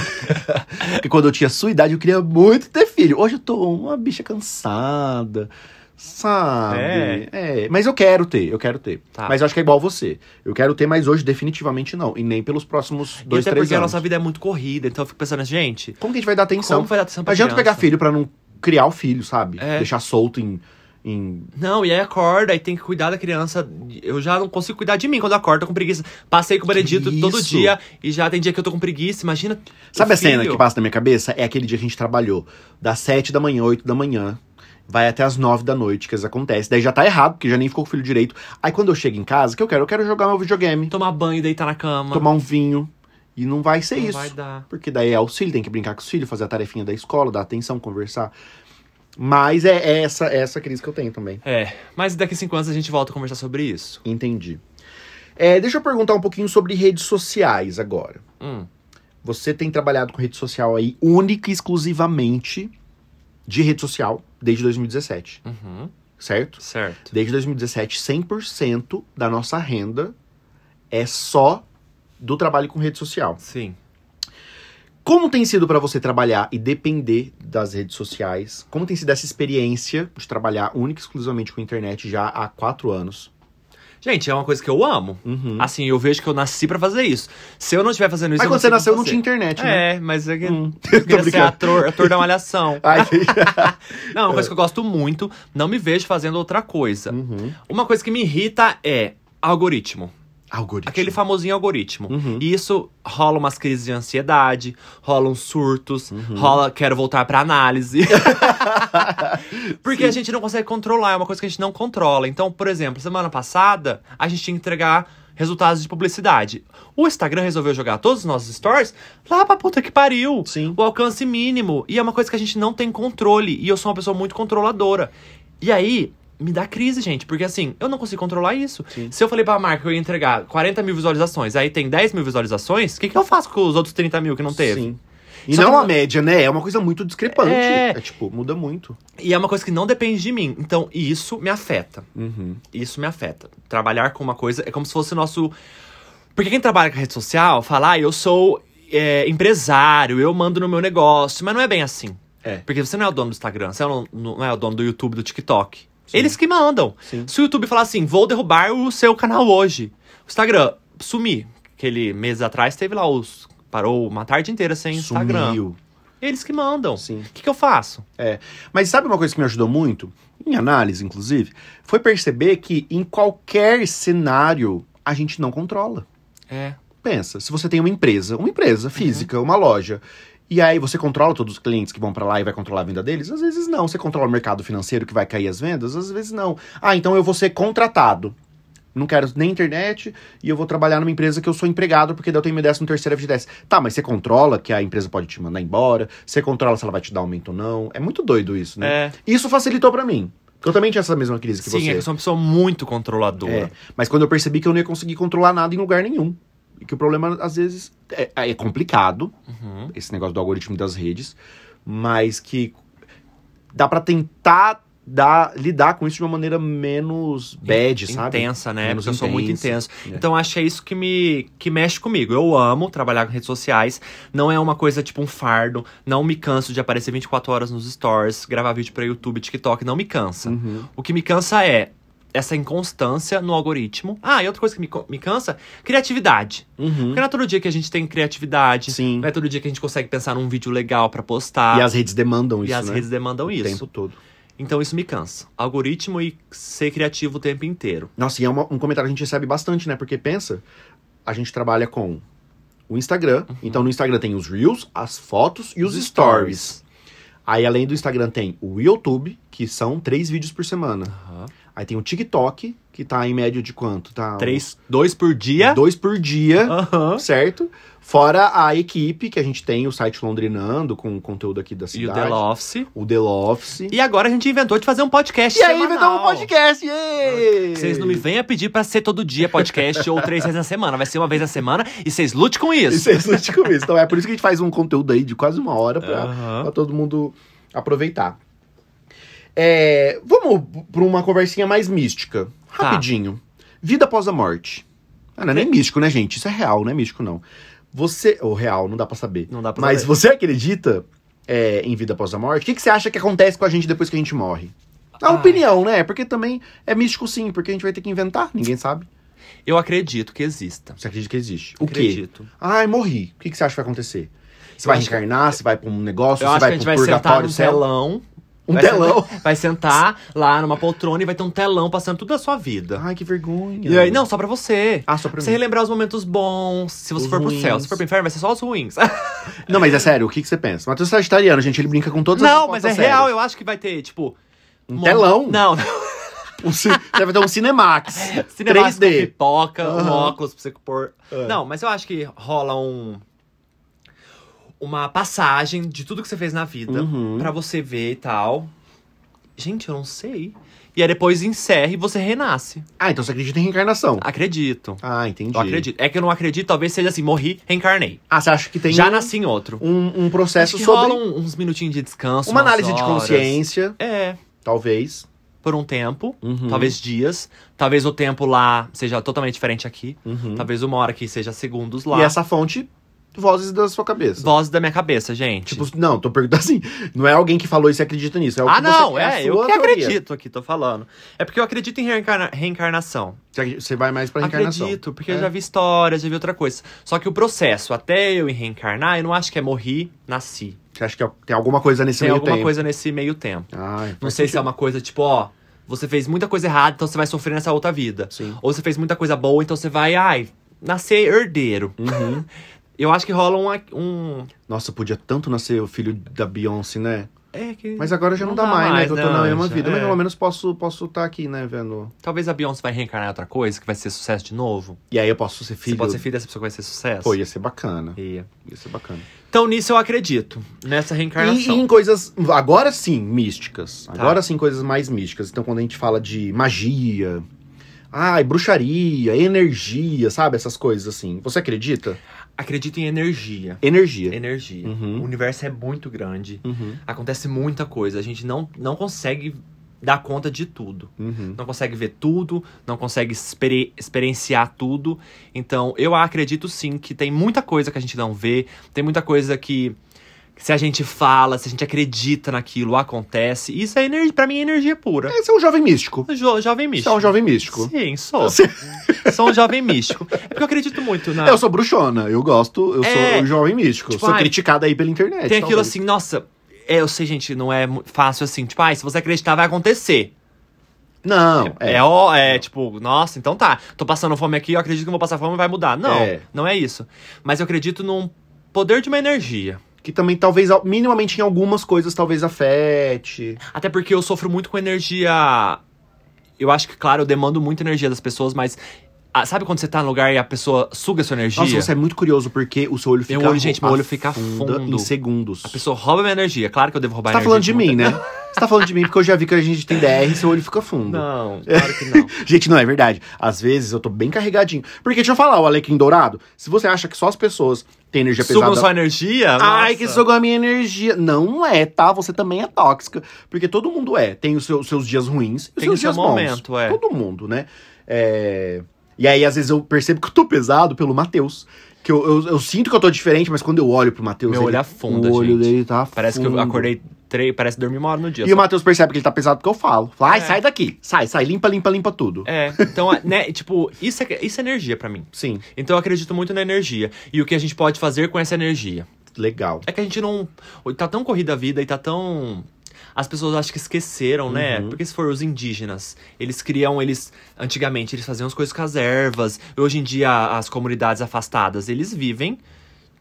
Speaker 2: Porque quando eu tinha sua idade, eu queria muito ter filho. Hoje eu tô uma bicha cansada, sabe?
Speaker 1: É.
Speaker 2: É, Mas eu quero ter, eu quero ter.
Speaker 1: Tá.
Speaker 2: Mas eu acho que é igual você. Eu quero ter, mas hoje definitivamente não. E nem pelos próximos dois,
Speaker 1: e até
Speaker 2: três
Speaker 1: porque a
Speaker 2: anos.
Speaker 1: nossa vida é muito corrida, então eu fico pensando, gente,
Speaker 2: Como que a gente vai dar atenção?
Speaker 1: como vai dar atenção
Speaker 2: Não
Speaker 1: pra
Speaker 2: adianta
Speaker 1: criança?
Speaker 2: pegar filho pra não criar o filho, sabe?
Speaker 1: É.
Speaker 2: Deixar solto em... em...
Speaker 1: Não, e aí acorda e tem que cuidar da criança. Eu já não consigo cuidar de mim quando eu acordo, tô com preguiça. Passei com o Benedito
Speaker 2: Que
Speaker 1: todo
Speaker 2: isso?
Speaker 1: dia e já tem dia que eu tô com preguiça, imagina. o
Speaker 2: Sabe a
Speaker 1: filho.
Speaker 2: cena que passa na minha cabeça? É aquele dia que a gente trabalhou. Das sete da manhã, oito da manhã. Vai até as nove da noite que isso acontece. Daí já tá errado, porque já nem ficou com o filho direito. Aí quando eu chego em casa, o que eu quero? Eu quero jogar meu videogame.
Speaker 1: Tomar banho, deitar na cama.
Speaker 2: tomar um vinho. E não vai ser
Speaker 1: não
Speaker 2: isso.
Speaker 1: vai dar.
Speaker 2: Porque daí é auxílio, tem que brincar com os filhos, fazer a tarefinha da escola, dar atenção, conversar. Mas é, é essa é essa crise que eu tenho também.
Speaker 1: É, mas daqui cinco anos a gente volta a conversar sobre isso.
Speaker 2: Entendi. É, deixa eu perguntar um pouquinho sobre redes sociais agora.
Speaker 1: Hum.
Speaker 2: Você tem trabalhado com rede social aí única e exclusivamente de rede social desde 2017,
Speaker 1: Uhum.
Speaker 2: certo?
Speaker 1: Certo.
Speaker 2: Desde 2017, 100% da nossa renda é só do trabalho com rede social.
Speaker 1: Sim.
Speaker 2: Como tem sido pra você trabalhar e depender das redes sociais? Como tem sido essa experiência de trabalhar única e exclusivamente com a internet já há quatro anos?
Speaker 1: Gente, é uma coisa que eu amo.
Speaker 2: Uhum.
Speaker 1: Assim, eu vejo que eu nasci pra fazer isso. Se eu não estiver fazendo isso,
Speaker 2: Mas
Speaker 1: eu
Speaker 2: quando você
Speaker 1: sei como
Speaker 2: nasceu não
Speaker 1: fazer.
Speaker 2: tinha internet, né?
Speaker 1: É, mas é que
Speaker 2: Hum.
Speaker 1: eu
Speaker 2: Tô
Speaker 1: queria ser
Speaker 2: brincando. Ah,
Speaker 1: ator, ator da malhação.
Speaker 2: Ai,
Speaker 1: Não,
Speaker 2: é.
Speaker 1: uma coisa que eu gosto muito, não me vejo fazendo outra coisa.
Speaker 2: uhum.
Speaker 1: Uma coisa que me irrita é algoritmo.
Speaker 2: Algoritmo.
Speaker 1: Aquele famosinho algoritmo.
Speaker 2: Uhum.
Speaker 1: E isso rola umas crises de ansiedade, rolam surtos,
Speaker 2: Uhum.
Speaker 1: rola quero voltar pra análise. Porque a gente não consegue controlar, é uma coisa que a gente não controla. Então, por exemplo, semana passada a gente tinha que entregar resultados de publicidade. O Instagram resolveu jogar todos os nossos stories lá pra puta que pariu.
Speaker 2: Sim.
Speaker 1: O alcance mínimo. E é uma coisa que a gente não tem controle. E eu sou uma pessoa muito controladora. E aí. Me dá crise, gente, porque assim, eu não consigo controlar isso.
Speaker 2: Sim.
Speaker 1: Se eu falei pra marca que eu ia entregar 40 mil visualizações, aí tem 10 mil visualizações, o que, que eu faço com os outros 30 mil que não teve?
Speaker 2: Sim. E
Speaker 1: Só
Speaker 2: não
Speaker 1: que-
Speaker 2: a média, né? É uma coisa muito discrepante. É,
Speaker 1: É.
Speaker 2: tipo, muda muito.
Speaker 1: E é uma coisa que não depende de mim. Então, isso me afeta.
Speaker 2: Uhum.
Speaker 1: Isso me afeta. Trabalhar com uma coisa é como se fosse nosso. Porque quem trabalha com rede social fala, ah, eu sou é, empresário, eu mando no meu negócio. Mas não é bem assim.
Speaker 2: É.
Speaker 1: Porque você não é o dono do Instagram, você não, não é o dono do YouTube, do TikTok. Eles que mandam.
Speaker 2: Sim.
Speaker 1: Se o YouTube falar assim, vou derrubar o seu canal hoje. O Instagram, sumir. Aquele mês atrás teve lá os. Parou uma tarde inteira sem Instagram.
Speaker 2: Sumiu.
Speaker 1: Eles que mandam. O
Speaker 2: Sim.
Speaker 1: que, que eu faço?
Speaker 2: Mas sabe uma coisa que me ajudou muito, em análise inclusive, foi perceber que em qualquer cenário a gente não controla.
Speaker 1: É.
Speaker 2: Pensa, se você tem uma empresa, uma empresa física, uma loja, e aí você controla todos os clientes que vão pra lá e vai controlar a venda deles? Às vezes não. Você controla o mercado financeiro que vai cair as vendas? Às vezes não. Ah, então eu vou ser contratado. Não quero nem internet e eu vou trabalhar numa empresa que eu sou empregado porque daí eu tenho meu décimo terceiro FGTS. Tá, mas você controla que a empresa pode te mandar embora, você controla se ela vai te dar aumento ou não. É muito doido isso, né?
Speaker 1: É.
Speaker 2: Isso facilitou pra mim. porque Eu também tinha essa mesma crise que
Speaker 1: Sim,
Speaker 2: você.
Speaker 1: é que eu sou uma pessoa muito controladora.
Speaker 2: É, mas quando eu percebi que eu não ia conseguir controlar nada em lugar nenhum. E que o problema, às vezes, é, é complicado,
Speaker 1: Uhum.
Speaker 2: esse negócio do algoritmo das redes, mas que dá pra tentar dar, lidar com isso de uma maneira menos bad, sabe?
Speaker 1: Intensa, né?
Speaker 2: Menos
Speaker 1: Porque eu sou muito
Speaker 2: intensa.
Speaker 1: intenso.
Speaker 2: É.
Speaker 1: Então acho que é isso que me que mexe comigo. Eu amo trabalhar com redes sociais. Não é uma coisa tipo um fardo. Não me canso de aparecer 24 horas nos stories, gravar vídeo pra YouTube, TikTok. Não me cansa.
Speaker 2: Uhum.
Speaker 1: O que me cansa é essa inconstância no algoritmo. Ah, e outra coisa que me, co- me cansa, criatividade.
Speaker 2: Uhum.
Speaker 1: Porque não é todo dia que a gente tem criatividade.
Speaker 2: Sim.
Speaker 1: Não é todo dia que a gente consegue pensar num vídeo legal pra postar.
Speaker 2: E as redes demandam
Speaker 1: E
Speaker 2: isso,
Speaker 1: as
Speaker 2: né?
Speaker 1: redes demandam
Speaker 2: o
Speaker 1: isso.
Speaker 2: tempo todo.
Speaker 1: Então isso me cansa. Algoritmo e ser criativo o tempo inteiro.
Speaker 2: Nossa, e é uma- um comentário que a gente recebe bastante, né? Porque pensa, a gente trabalha com o Instagram.
Speaker 1: Uhum.
Speaker 2: Então no Instagram tem os Reels, as fotos e os, stories. Aí, além do Instagram, tem o YouTube, que são três vídeos por semana.
Speaker 1: Aham.
Speaker 2: Aí tem o TikTok, que tá em média de quanto? Tá
Speaker 1: Três, dois por dia.
Speaker 2: uns Dois por dia,
Speaker 1: Aham.
Speaker 2: certo? Fora a equipe, que a gente tem o site Londrinando, com conteúdo aqui da
Speaker 1: E o
Speaker 2: cidade.
Speaker 1: The Office.
Speaker 2: O The Office.
Speaker 1: E agora a gente inventou de fazer um podcast
Speaker 2: aí,
Speaker 1: semanal.
Speaker 2: inventou um podcast! yay!
Speaker 1: Vocês não me venham pedir pra ser todo dia podcast ou três vezes na semana. Vai ser uma vez na semana e vocês lute com
Speaker 2: E
Speaker 1: isso.
Speaker 2: Vocês não te comem. Então é por isso que a gente faz um conteúdo aí de quase uma hora pra,
Speaker 1: Aham.
Speaker 2: pra todo mundo aproveitar. É, vamos pra uma conversinha mais mística.
Speaker 1: Tá.
Speaker 2: Rapidinho. Vida após a morte. Ah, não é nem místico, né, gente? Isso é real, não é místico, não. Você. Ou real, não dá pra saber.
Speaker 1: Não dá pra
Speaker 2: Mas
Speaker 1: saber.
Speaker 2: você acredita é, em vida após a morte? O que, que você acha que acontece com a gente depois que a gente morre? A
Speaker 1: Ai.
Speaker 2: opinião, né? Porque também é místico sim, porque a gente vai ter que inventar, ninguém sabe.
Speaker 1: Eu acredito que exista.
Speaker 2: Você acredita que existe? O quê?
Speaker 1: acredito.
Speaker 2: Ai, morri. O que, que você acha que vai acontecer? Você
Speaker 1: Eu
Speaker 2: vai
Speaker 1: acho que-
Speaker 2: reencarnar? Você vai pra um negócio?
Speaker 1: Eu
Speaker 2: Você
Speaker 1: acho que a
Speaker 2: vai
Speaker 1: gente
Speaker 2: pro
Speaker 1: vai sentar
Speaker 2: purgatório,
Speaker 1: num
Speaker 2: céu?
Speaker 1: telão.
Speaker 2: Um
Speaker 1: vai
Speaker 2: telão?
Speaker 1: Vai sentar lá numa poltrona e vai ter um telão passando tudo da sua vida.
Speaker 2: Ai, que vergonha.
Speaker 1: E aí, não, só pra você.
Speaker 2: Ah, só pra
Speaker 1: Pra você
Speaker 2: mim.
Speaker 1: relembrar os momentos bons. Se você
Speaker 2: Os
Speaker 1: for pro céu,
Speaker 2: ruins.
Speaker 1: se for pro inferno, vai ser só os ruins.
Speaker 2: Não, mas é sério, o que, que você pensa? Matheus é sagitariano, gente, ele brinca com todas as
Speaker 1: não, mas é
Speaker 2: respostas
Speaker 1: real.
Speaker 2: sérias.
Speaker 1: Eu acho que vai ter, tipo.
Speaker 2: Um telão?
Speaker 1: Não,
Speaker 2: Um ci- Deve ter um Cinemax.
Speaker 1: cinema com
Speaker 2: 3D.
Speaker 1: pipoca, um
Speaker 2: Aham.
Speaker 1: óculos pra você pôr.
Speaker 2: É.
Speaker 1: Não, mas eu acho que rola um. Uma passagem de tudo que você fez na vida
Speaker 2: Uhum.
Speaker 1: então, pra você ver e tal. Gente, eu não sei. E aí depois encerra e você renasce.
Speaker 2: Ah, então você acredita em reencarnação.
Speaker 1: Acredito.
Speaker 2: Ah, entendi.
Speaker 1: Eu acredito. É que eu não acredito, talvez seja assim, morri, reencarnei.
Speaker 2: Ah, você acha que tem
Speaker 1: Já
Speaker 2: um,
Speaker 1: nasci em outro.
Speaker 2: um, um
Speaker 1: Acho
Speaker 2: processo
Speaker 1: que
Speaker 2: sobre
Speaker 1: rola um- uns minutinhos de descanso.
Speaker 2: uma
Speaker 1: umas
Speaker 2: análise de
Speaker 1: horas.
Speaker 2: consciência,
Speaker 1: É,
Speaker 2: talvez.
Speaker 1: por um tempo.
Speaker 2: Uhum.
Speaker 1: Talvez dias. Talvez o tempo lá seja totalmente diferente aqui.
Speaker 2: Uhum.
Speaker 1: Talvez uma hora aqui seja segundos tá lá.
Speaker 2: E essa fonte, vozes da sua cabeça.
Speaker 1: Voz da minha cabeça, gente.
Speaker 2: Tipo, não, tô perguntando assim. Não é alguém que falou isso e acredita nisso. É o
Speaker 1: ah,
Speaker 2: que
Speaker 1: não,
Speaker 2: você, a
Speaker 1: é, eu
Speaker 2: sua
Speaker 1: que
Speaker 2: teoria.
Speaker 1: acredito aqui, tô falando. É porque eu acredito em reencarna- reencarnação.
Speaker 2: Você acredita- Você vai mais pra reencarnação.
Speaker 1: Acredito, porque
Speaker 2: É.
Speaker 1: eu já vi histórias, já vi outra coisa. Só que o processo até eu reencarnar, eu não acho que é morri, nasci.
Speaker 2: Você acha que é tem alguma coisa nesse
Speaker 1: Tem
Speaker 2: meio
Speaker 1: alguma
Speaker 2: tempo?
Speaker 1: coisa nesse meio tempo.
Speaker 2: Ai,
Speaker 1: Não
Speaker 2: faz
Speaker 1: sei se é
Speaker 2: sentido.
Speaker 1: uma coisa tipo, ó, você fez muita coisa errada, então você vai sofrer nessa outra vida.
Speaker 2: Sim.
Speaker 1: Ou você fez muita coisa boa, então você vai, ai, nascer herdeiro.
Speaker 2: Uhum.
Speaker 1: Eu acho que rola um. um
Speaker 2: Nossa, podia tanto nascer o filho da Beyoncé, né?
Speaker 1: é que.
Speaker 2: Mas agora já não,
Speaker 1: Não
Speaker 2: dá,
Speaker 1: dá
Speaker 2: mais, né?
Speaker 1: mais,
Speaker 2: Que eu tô
Speaker 1: né,
Speaker 2: na mesma
Speaker 1: Anja?
Speaker 2: vida. Mas
Speaker 1: É.
Speaker 2: pelo menos posso estar posso tá aqui, né, vendo?
Speaker 1: Talvez a Beyoncé vai reencarnar em outra coisa, que vai ser sucesso de novo.
Speaker 2: E aí eu posso ser filho.
Speaker 1: Você pode ser filho dessa pessoa que vai ser sucesso.
Speaker 2: Pô, ia ser bacana.
Speaker 1: Ia.
Speaker 2: Ia ser bacana.
Speaker 1: Então nisso eu acredito. Nessa
Speaker 2: E,
Speaker 1: reencarnação.
Speaker 2: em coisas, agora sim,
Speaker 1: Tá.
Speaker 2: místicas. Agora sim, coisas mais místicas. Então, quando a gente fala de magia, ai, bruxaria, energia, sabe? Essas coisas assim. Você acredita?
Speaker 1: Acredito em energia.
Speaker 2: Energia.
Speaker 1: Energia.
Speaker 2: Uhum.
Speaker 1: O universo é muito grande.
Speaker 2: Uhum,
Speaker 1: Acontece muita coisa. A gente não, não consegue dar conta de tudo.
Speaker 2: uhum.
Speaker 1: Não consegue ver tudo, não consegue experi- experienciar tudo. Então, eu acredito sim que tem muita coisa que a gente não vê, tem muita coisa que se a gente fala, se a gente acredita naquilo, acontece. Isso é energia, para mim é energia pura.
Speaker 2: Esse é um jovem místico.
Speaker 1: Jo- jovem
Speaker 2: Você
Speaker 1: místico.
Speaker 2: é um jovem místico.
Speaker 1: Sim, sou.
Speaker 2: Você-
Speaker 1: sou um jovem místico. É porque eu acredito muito na.
Speaker 2: Eu sou bruxona, eu gosto, eu
Speaker 1: É.
Speaker 2: sou um jovem místico.
Speaker 1: Tipo,
Speaker 2: sou
Speaker 1: ai,
Speaker 2: criticada aí pela internet.
Speaker 1: Tem aquilo
Speaker 2: talvez.
Speaker 1: assim, nossa, é, eu sei, gente, não é mu- fácil assim. Tipo, ah, se você acreditar, vai acontecer.
Speaker 2: Não,
Speaker 1: É,
Speaker 2: é.
Speaker 1: ó, é tipo, nossa, então tá. Tô passando fome aqui, eu acredito que eu vou passar fome e vai mudar. Não,
Speaker 2: É.
Speaker 1: não é isso. Mas eu acredito num poder de uma energia.
Speaker 2: Que também talvez, ao- minimamente em algumas coisas, talvez afete.
Speaker 1: Até porque eu sofro muito com energia eu acho que, claro, eu demando muita energia das pessoas, mas. ah, sabe quando você tá num lugar e a pessoa suga sua energia?
Speaker 2: Nossa, você é muito curioso porque o seu olho fica.
Speaker 1: Meu olho, gente, meu olho fica
Speaker 2: afunda
Speaker 1: fundo.
Speaker 2: Em segundos.
Speaker 1: A pessoa rouba minha energia. Claro que eu devo roubar
Speaker 2: Você tá
Speaker 1: energia.
Speaker 2: falando de
Speaker 1: muita-
Speaker 2: mim, né? Você tá falando de mim porque eu já vi que a gente tem DR e seu olho fica fundo.
Speaker 1: Não, claro que não.
Speaker 2: Gente, não, é verdade. Às vezes eu tô bem carregadinho. Porque deixa eu falar, o Alequim Dourado, se você acha que só as pessoas têm energia
Speaker 1: Sugam
Speaker 2: pesada.
Speaker 1: sua energia?
Speaker 2: é Ai, que
Speaker 1: nossa.
Speaker 2: sugou a minha energia. Não é, tá? Você também é tóxica. Porque todo mundo é. Tem os seus, seus dias ruins e os
Speaker 1: Tem
Speaker 2: seus
Speaker 1: o seu
Speaker 2: dias bons.
Speaker 1: momento, é.
Speaker 2: Todo mundo, né? É, E aí, às vezes, eu percebo que eu tô pesado pelo Matheus. Que eu, eu, eu sinto que eu tô diferente, mas quando eu olho pro Matheus.
Speaker 1: Meu
Speaker 2: ele-
Speaker 1: olho afunda,
Speaker 2: O olho
Speaker 1: gente.
Speaker 2: dele tá
Speaker 1: Parece que eu
Speaker 2: fundo.
Speaker 1: acordei três. Parece que dormi uma hora no dia.
Speaker 2: E o Matheus percebe que ele tá pesado porque eu falo. Fala, ai,
Speaker 1: É.
Speaker 2: sai daqui. Sai, sai, limpa, limpa, limpa tudo.
Speaker 1: É, então, né, tipo, isso é, isso é energia pra mim.
Speaker 2: Sim,
Speaker 1: Então eu acredito muito na energia. E o que a gente pode fazer com essa energia?
Speaker 2: legal.
Speaker 1: É que a gente não. Tá tão corrida a vida e tá tão. As pessoas acho que esqueceram, né?
Speaker 2: Uhum.
Speaker 1: Porque se for os indígenas, eles criam, eles. Antigamente eles faziam as coisas com as ervas. Hoje em dia, as comunidades afastadas, eles vivem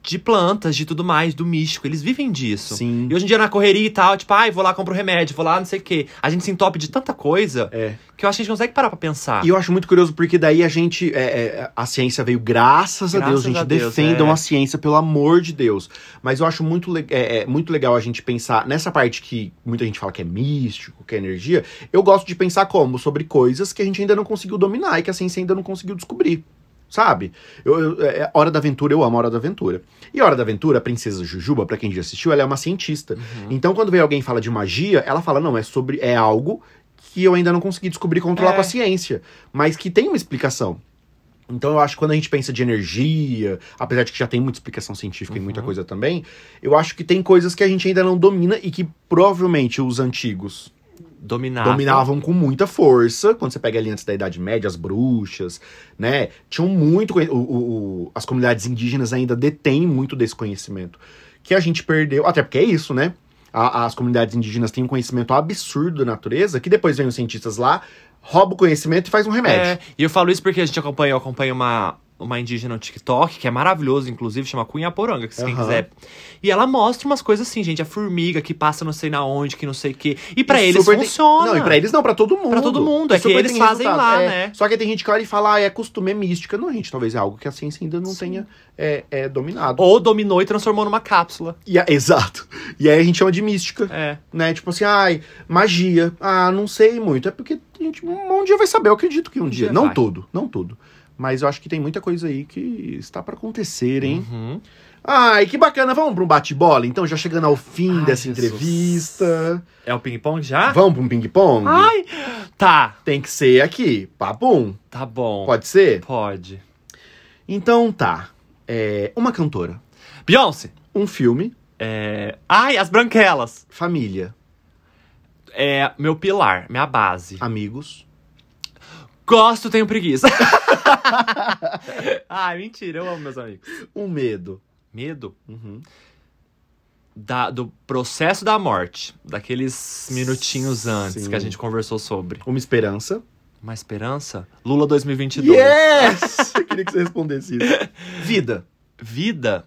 Speaker 1: de plantas, de tudo mais, do místico. Eles vivem disso.
Speaker 2: Sim.
Speaker 1: E hoje em dia na correria e tal, tipo, ai, vou lá, compro remédio, vou lá, não sei o quê. A gente se entope de tanta coisa
Speaker 2: É.
Speaker 1: que eu acho que a gente não consegue parar pra pensar.
Speaker 2: E eu acho muito curioso porque daí a gente. é, é, a ciência veio, graças, a
Speaker 1: Graças
Speaker 2: Deus, gente.
Speaker 1: a Deus,
Speaker 2: defendam
Speaker 1: é.
Speaker 2: a ciência, pelo amor de Deus. Mas eu acho muito, le- é, é, muito legal a gente pensar nessa parte que muita gente fala que é místico, que é energia. Eu gosto de pensar como? Sobre coisas que a gente ainda não conseguiu dominar e que a ciência ainda não conseguiu descobrir. Sabe? Eu, eu- é, é, Hora da Aventura, eu amo Hora da Aventura. E Hora da Aventura, a Princesa Jujuba, pra quem já assistiu, ela é uma cientista.
Speaker 1: Uhum.
Speaker 2: Então, quando vem alguém e fala de magia, ela fala, não, é sobre. é algo que eu ainda não consegui descobrir e controlar
Speaker 1: É.
Speaker 2: com a ciência. Mas que tem uma explicação. Então eu acho que quando a gente pensa de energia, apesar de que já tem muita explicação científica e muita
Speaker 1: Uhum.
Speaker 2: coisa também, eu acho que tem coisas que a gente ainda não domina e que provavelmente os antigos
Speaker 1: Dominar.
Speaker 2: dominavam
Speaker 1: tá.
Speaker 2: com muita força. Quando você pega ali antes da Idade Média, as bruxas, né? Tinham muito. conhe- O, o- o- as comunidades indígenas ainda detêm muito desse conhecimento. Que a gente perdeu. Até porque é isso, né? A- as comunidades indígenas têm um conhecimento absurdo da natureza, que depois vem os cientistas lá, roubam o conhecimento e faz um remédio.
Speaker 1: É, e eu falo isso porque a gente acompanha, eu acompanho uma, uma indígena no TikTok, que é maravilhoso, inclusive, chama Cunha Poranga, se quem
Speaker 2: Aham.
Speaker 1: quiser. E ela mostra umas coisas assim, gente, a formiga que passa não sei na onde, que não sei o quê. E pra
Speaker 2: E
Speaker 1: eles
Speaker 2: super tem-
Speaker 1: funciona.
Speaker 2: Não, e pra eles não, pra todo mundo.
Speaker 1: Pra todo mundo, é
Speaker 2: E super
Speaker 1: que eles
Speaker 2: tem
Speaker 1: fazem
Speaker 2: resultado.
Speaker 1: lá,
Speaker 2: É,
Speaker 1: né?
Speaker 2: Só que tem gente que olha e fala, ah, é costume, é mística. Não, gente, talvez é algo que a ciência ainda não
Speaker 1: Sim.
Speaker 2: tenha é, é, dominado.
Speaker 1: Ou dominou e transformou numa cápsula.
Speaker 2: E a- exato. E aí a gente chama de mística,
Speaker 1: É.
Speaker 2: né? Tipo assim, ai, magia. Ah, não sei muito. É porque a gente um, um dia vai saber, eu acredito que um,
Speaker 1: Um
Speaker 2: dia.
Speaker 1: dia
Speaker 2: Não
Speaker 1: vai.
Speaker 2: todo, não todo. Mas eu acho que tem muita coisa aí que está pra acontecer, hein?
Speaker 1: Uhum.
Speaker 2: Ai, que bacana. Vamos pra um bate-bola, então, já chegando ao fim
Speaker 1: Ai,
Speaker 2: dessa
Speaker 1: Jesus.
Speaker 2: entrevista.
Speaker 1: É o ping-pong já?
Speaker 2: Vamos pra um ping-pong?
Speaker 1: Ai! Tá,
Speaker 2: Tem que ser aqui. Papum.
Speaker 1: tá bom.
Speaker 2: Pode ser?
Speaker 1: Pode.
Speaker 2: Então tá. É, uma cantora.
Speaker 1: Beyoncé.
Speaker 2: Um filme.
Speaker 1: É... Ai, as branquelas.
Speaker 2: Família.
Speaker 1: É meu pilar, minha base.
Speaker 2: Amigos.
Speaker 1: Gosto, tenho preguiça. Ai, mentira, eu amo meus amigos.
Speaker 2: Um medo.
Speaker 1: Medo
Speaker 2: Uhum.
Speaker 1: da- do processo da morte, daqueles minutinhos antes
Speaker 2: Sim.
Speaker 1: que a gente conversou sobre.
Speaker 2: Uma esperança.
Speaker 1: Uma esperança? Lula 2022.
Speaker 2: Yes! Eu queria que você respondesse isso. Vida.
Speaker 1: Vida?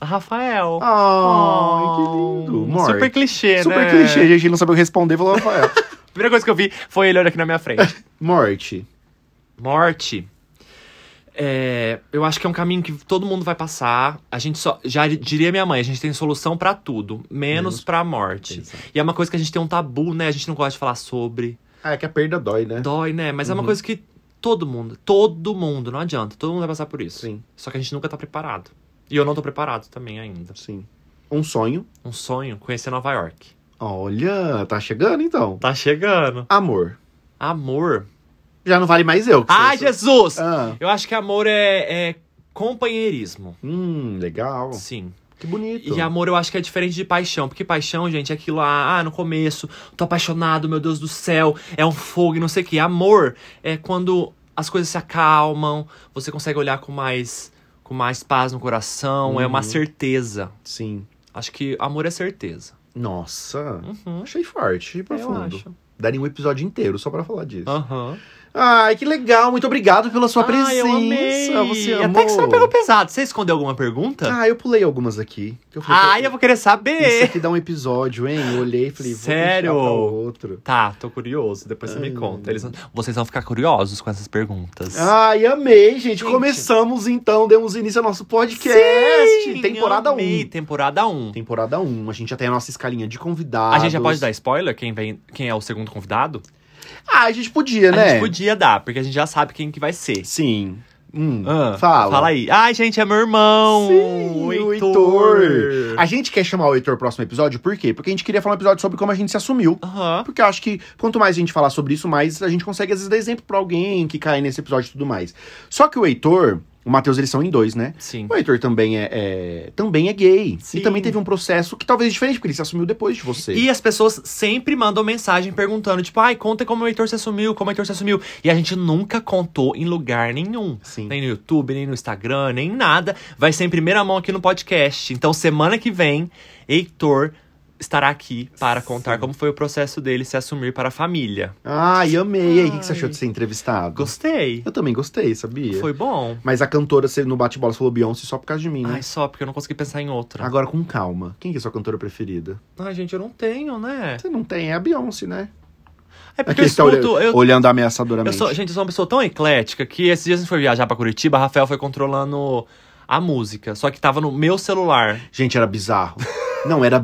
Speaker 1: Rafael.
Speaker 2: Ai, que lindo. Morte.
Speaker 1: Super clichê,
Speaker 2: Super
Speaker 1: né?
Speaker 2: clichê. A gente não sabia o que responder, falou Rafael.
Speaker 1: Primeira coisa que eu vi foi ele olhando aqui na minha frente.
Speaker 2: Morte.
Speaker 1: morte. é, eu acho que é um caminho que todo mundo vai passar. A gente só. Já diria minha mãe, a gente tem solução pra tudo, menos
Speaker 2: Menos-
Speaker 1: pra morte. E é uma coisa que a gente tem um tabu, né? A gente não gosta de falar sobre.
Speaker 2: Ah, é que a perda dói, né?
Speaker 1: Dói, né? Mas é uma
Speaker 2: Uhum.
Speaker 1: coisa que todo mundo, todo mundo, não adianta. Todo mundo vai passar por isso.
Speaker 2: Sim,
Speaker 1: Só que a gente nunca tá preparado. E eu não tô preparado também ainda.
Speaker 2: sim. Um sonho.
Speaker 1: Um sonho, conhecer Nova York.
Speaker 2: Olha, tá chegando então.
Speaker 1: Tá chegando.
Speaker 2: Amor.
Speaker 1: Amor.
Speaker 2: Já não vale mais eu. que
Speaker 1: Ai,
Speaker 2: você-
Speaker 1: Jesus!
Speaker 2: Ah,
Speaker 1: Eu acho que amor é, é companheirismo.
Speaker 2: hum, legal.
Speaker 1: Sim.
Speaker 2: Que bonito.
Speaker 1: E amor eu acho que é diferente de paixão, porque paixão, gente, é aquilo lá, ah, no começo, tô apaixonado, meu Deus do céu, é um fogo e não sei o que. Amor é quando as coisas se acalmam, você consegue olhar com mais com mais paz no coração, é uma
Speaker 2: Uhum.
Speaker 1: certeza.
Speaker 2: Sim.
Speaker 1: Acho que amor é certeza.
Speaker 2: Nossa.
Speaker 1: Uhum.
Speaker 2: Achei forte e
Speaker 1: Eu
Speaker 2: profundo.
Speaker 1: acho.
Speaker 2: Daria um episódio inteiro só pra falar disso.
Speaker 1: Aham.
Speaker 2: Ai, que legal. Muito obrigado pela sua presença.
Speaker 1: Ai, eu amei.
Speaker 2: Você
Speaker 1: Até
Speaker 2: amou.
Speaker 1: que você não pegou pesado. Você escondeu alguma pergunta?
Speaker 2: Ah, eu pulei algumas aqui. que eu falei,
Speaker 1: Ai, Ah, eu vou querer
Speaker 2: Isso
Speaker 1: saber.
Speaker 2: aqui dá um episódio, hein? Eu olhei e falei,
Speaker 1: Sério?
Speaker 2: vou deixar pra outro.
Speaker 1: Tá, tô curioso. Depois você me
Speaker 2: Ai. Ah,
Speaker 1: conta. Eles- vocês vão ficar curiosos com essas perguntas.
Speaker 2: Ai, amei, gente.
Speaker 1: Gente.
Speaker 2: Começamos então, demos início ao nosso podcast.
Speaker 1: Sim,
Speaker 2: temporada
Speaker 1: amei.
Speaker 2: 1.
Speaker 1: Temporada 1.
Speaker 2: Temporada 1. A gente já tem a nossa escalinha de convidados.
Speaker 1: A gente já pode dar spoiler quem, vem, quem é o segundo convidado?
Speaker 2: Ah, a gente podia, né?
Speaker 1: A gente podia dar, porque a gente já sabe quem que vai ser.
Speaker 2: Sim. Hum,
Speaker 1: Ah,
Speaker 2: fala.
Speaker 1: Fala aí. Ai, gente, é meu irmão.
Speaker 2: Sim,
Speaker 1: o
Speaker 2: o
Speaker 1: Heitor.
Speaker 2: Heitor. A gente quer chamar o Heitor pro próximo episódio, por quê? Porque a gente queria falar um episódio sobre como a gente se assumiu.
Speaker 1: Aham.
Speaker 2: Ah, Porque eu acho que quanto mais a gente falar sobre isso, mais a gente consegue, às vezes, dar exemplo pra alguém que cai nesse episódio e tudo mais. Só que o Heitor, o Matheus, eles são em dois, né?
Speaker 1: Sim.
Speaker 2: O Heitor também é, é- também é gay.
Speaker 1: Sim.
Speaker 2: E também teve um processo que talvez diferente, porque ele se assumiu depois de você.
Speaker 1: E as pessoas sempre mandam mensagem perguntando, tipo, ai, conta como o Heitor se assumiu, como o Heitor se assumiu. E a gente nunca contou em lugar nenhum.
Speaker 2: Sim.
Speaker 1: Nem no YouTube, nem no Instagram, nem nada. Vai ser em primeira mão aqui no podcast. Então, semana que vem, Heitor estará aqui para contar como foi o processo dele se assumir para a família.
Speaker 2: Ai, amei. E aí, o que que você
Speaker 1: Ai.
Speaker 2: achou de ser entrevistado?
Speaker 1: Gostei.
Speaker 2: Eu também gostei, sabia?
Speaker 1: Foi bom.
Speaker 2: Mas a cantora você, no bate-bola falou Beyoncé só por causa de mim, né?
Speaker 1: Ai, só porque eu não consegui pensar em outra.
Speaker 2: Agora com calma. Quem que é sua cantora preferida?
Speaker 1: Ai, gente, eu não tenho, né?
Speaker 2: Você não tem, é a Beyoncé, né?
Speaker 1: É porque
Speaker 2: Aqui
Speaker 1: eu
Speaker 2: está olha-
Speaker 1: escuto. eu-
Speaker 2: olhando ameaçadoramente.
Speaker 1: Eu sou, gente, eu sou uma pessoa tão eclética que esses dias a gente foi viajar pra Curitiba, a Rafael foi controlando a música, só que tava no meu celular.
Speaker 2: Gente, era bizarro. Não, era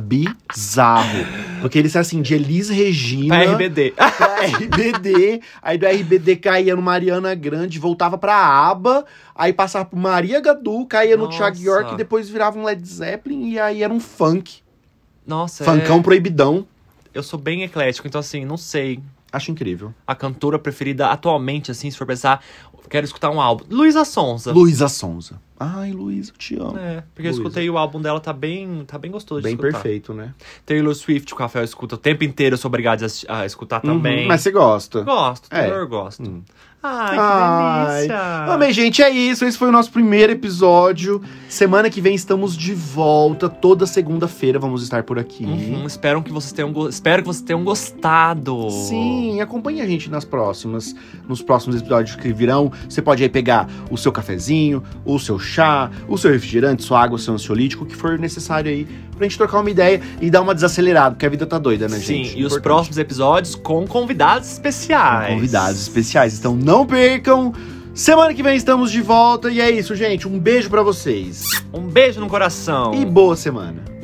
Speaker 2: bizarro. Porque eles eram assim, de Elis Regina.
Speaker 1: Pra RBD.
Speaker 2: pra RBD, aí do RBD caía no Mariana Grande, voltava pra ABBA, aí passava pro Maria Gadu, caía no
Speaker 1: Nossa.
Speaker 2: Thiago York, e depois virava um Led Zeppelin, e aí era um funk.
Speaker 1: Nossa, é-
Speaker 2: Funkão proibidão.
Speaker 1: eu sou bem eclético, então assim, não sei.
Speaker 2: Acho incrível.
Speaker 1: A cantora preferida atualmente, assim, se for pensar, quero escutar um álbum. Luísa Sonza.
Speaker 2: Luísa Sonza. Ai, Luísa, eu te amo.
Speaker 1: É, porque eu
Speaker 2: Luísa.
Speaker 1: escutei o álbum dela, tá bem, tá bem gostoso de
Speaker 2: Bem
Speaker 1: escutar.
Speaker 2: perfeito, né?
Speaker 1: Taylor Swift, que o Rafael escuta o tempo inteiro, eu sou obrigado a, assisti- a escutar também.
Speaker 2: Uhum, mas você gosta.
Speaker 1: Gosto,
Speaker 2: É.
Speaker 1: Taylor eu gosto.
Speaker 2: Hum.
Speaker 1: Ai, que
Speaker 2: Ai,
Speaker 1: delícia!
Speaker 2: Amém, gente, é isso. Esse foi o nosso primeiro episódio. Semana que vem estamos de volta. Toda segunda-feira vamos estar por aqui.
Speaker 1: Uhum, espero que vocês tenham, go- espero que vocês tenham gostado.
Speaker 2: Sim, acompanhe a gente nas próximas, nos próximos episódios que virão. Você pode aí pegar o seu cafezinho, o seu chá, o seu refrigerante, sua água, seu ansiolítico, o que for necessário aí pra gente trocar uma ideia e dar uma desacelerada, porque a vida tá doida, né,
Speaker 1: Sim,
Speaker 2: gente?
Speaker 1: e os
Speaker 2: Importante.
Speaker 1: próximos episódios com convidados especiais.
Speaker 2: convidados especiais. Então não percam. Semana que vem estamos de volta e é isso, gente. Um beijo pra vocês
Speaker 1: Um beijo no coração.
Speaker 2: e boa semana.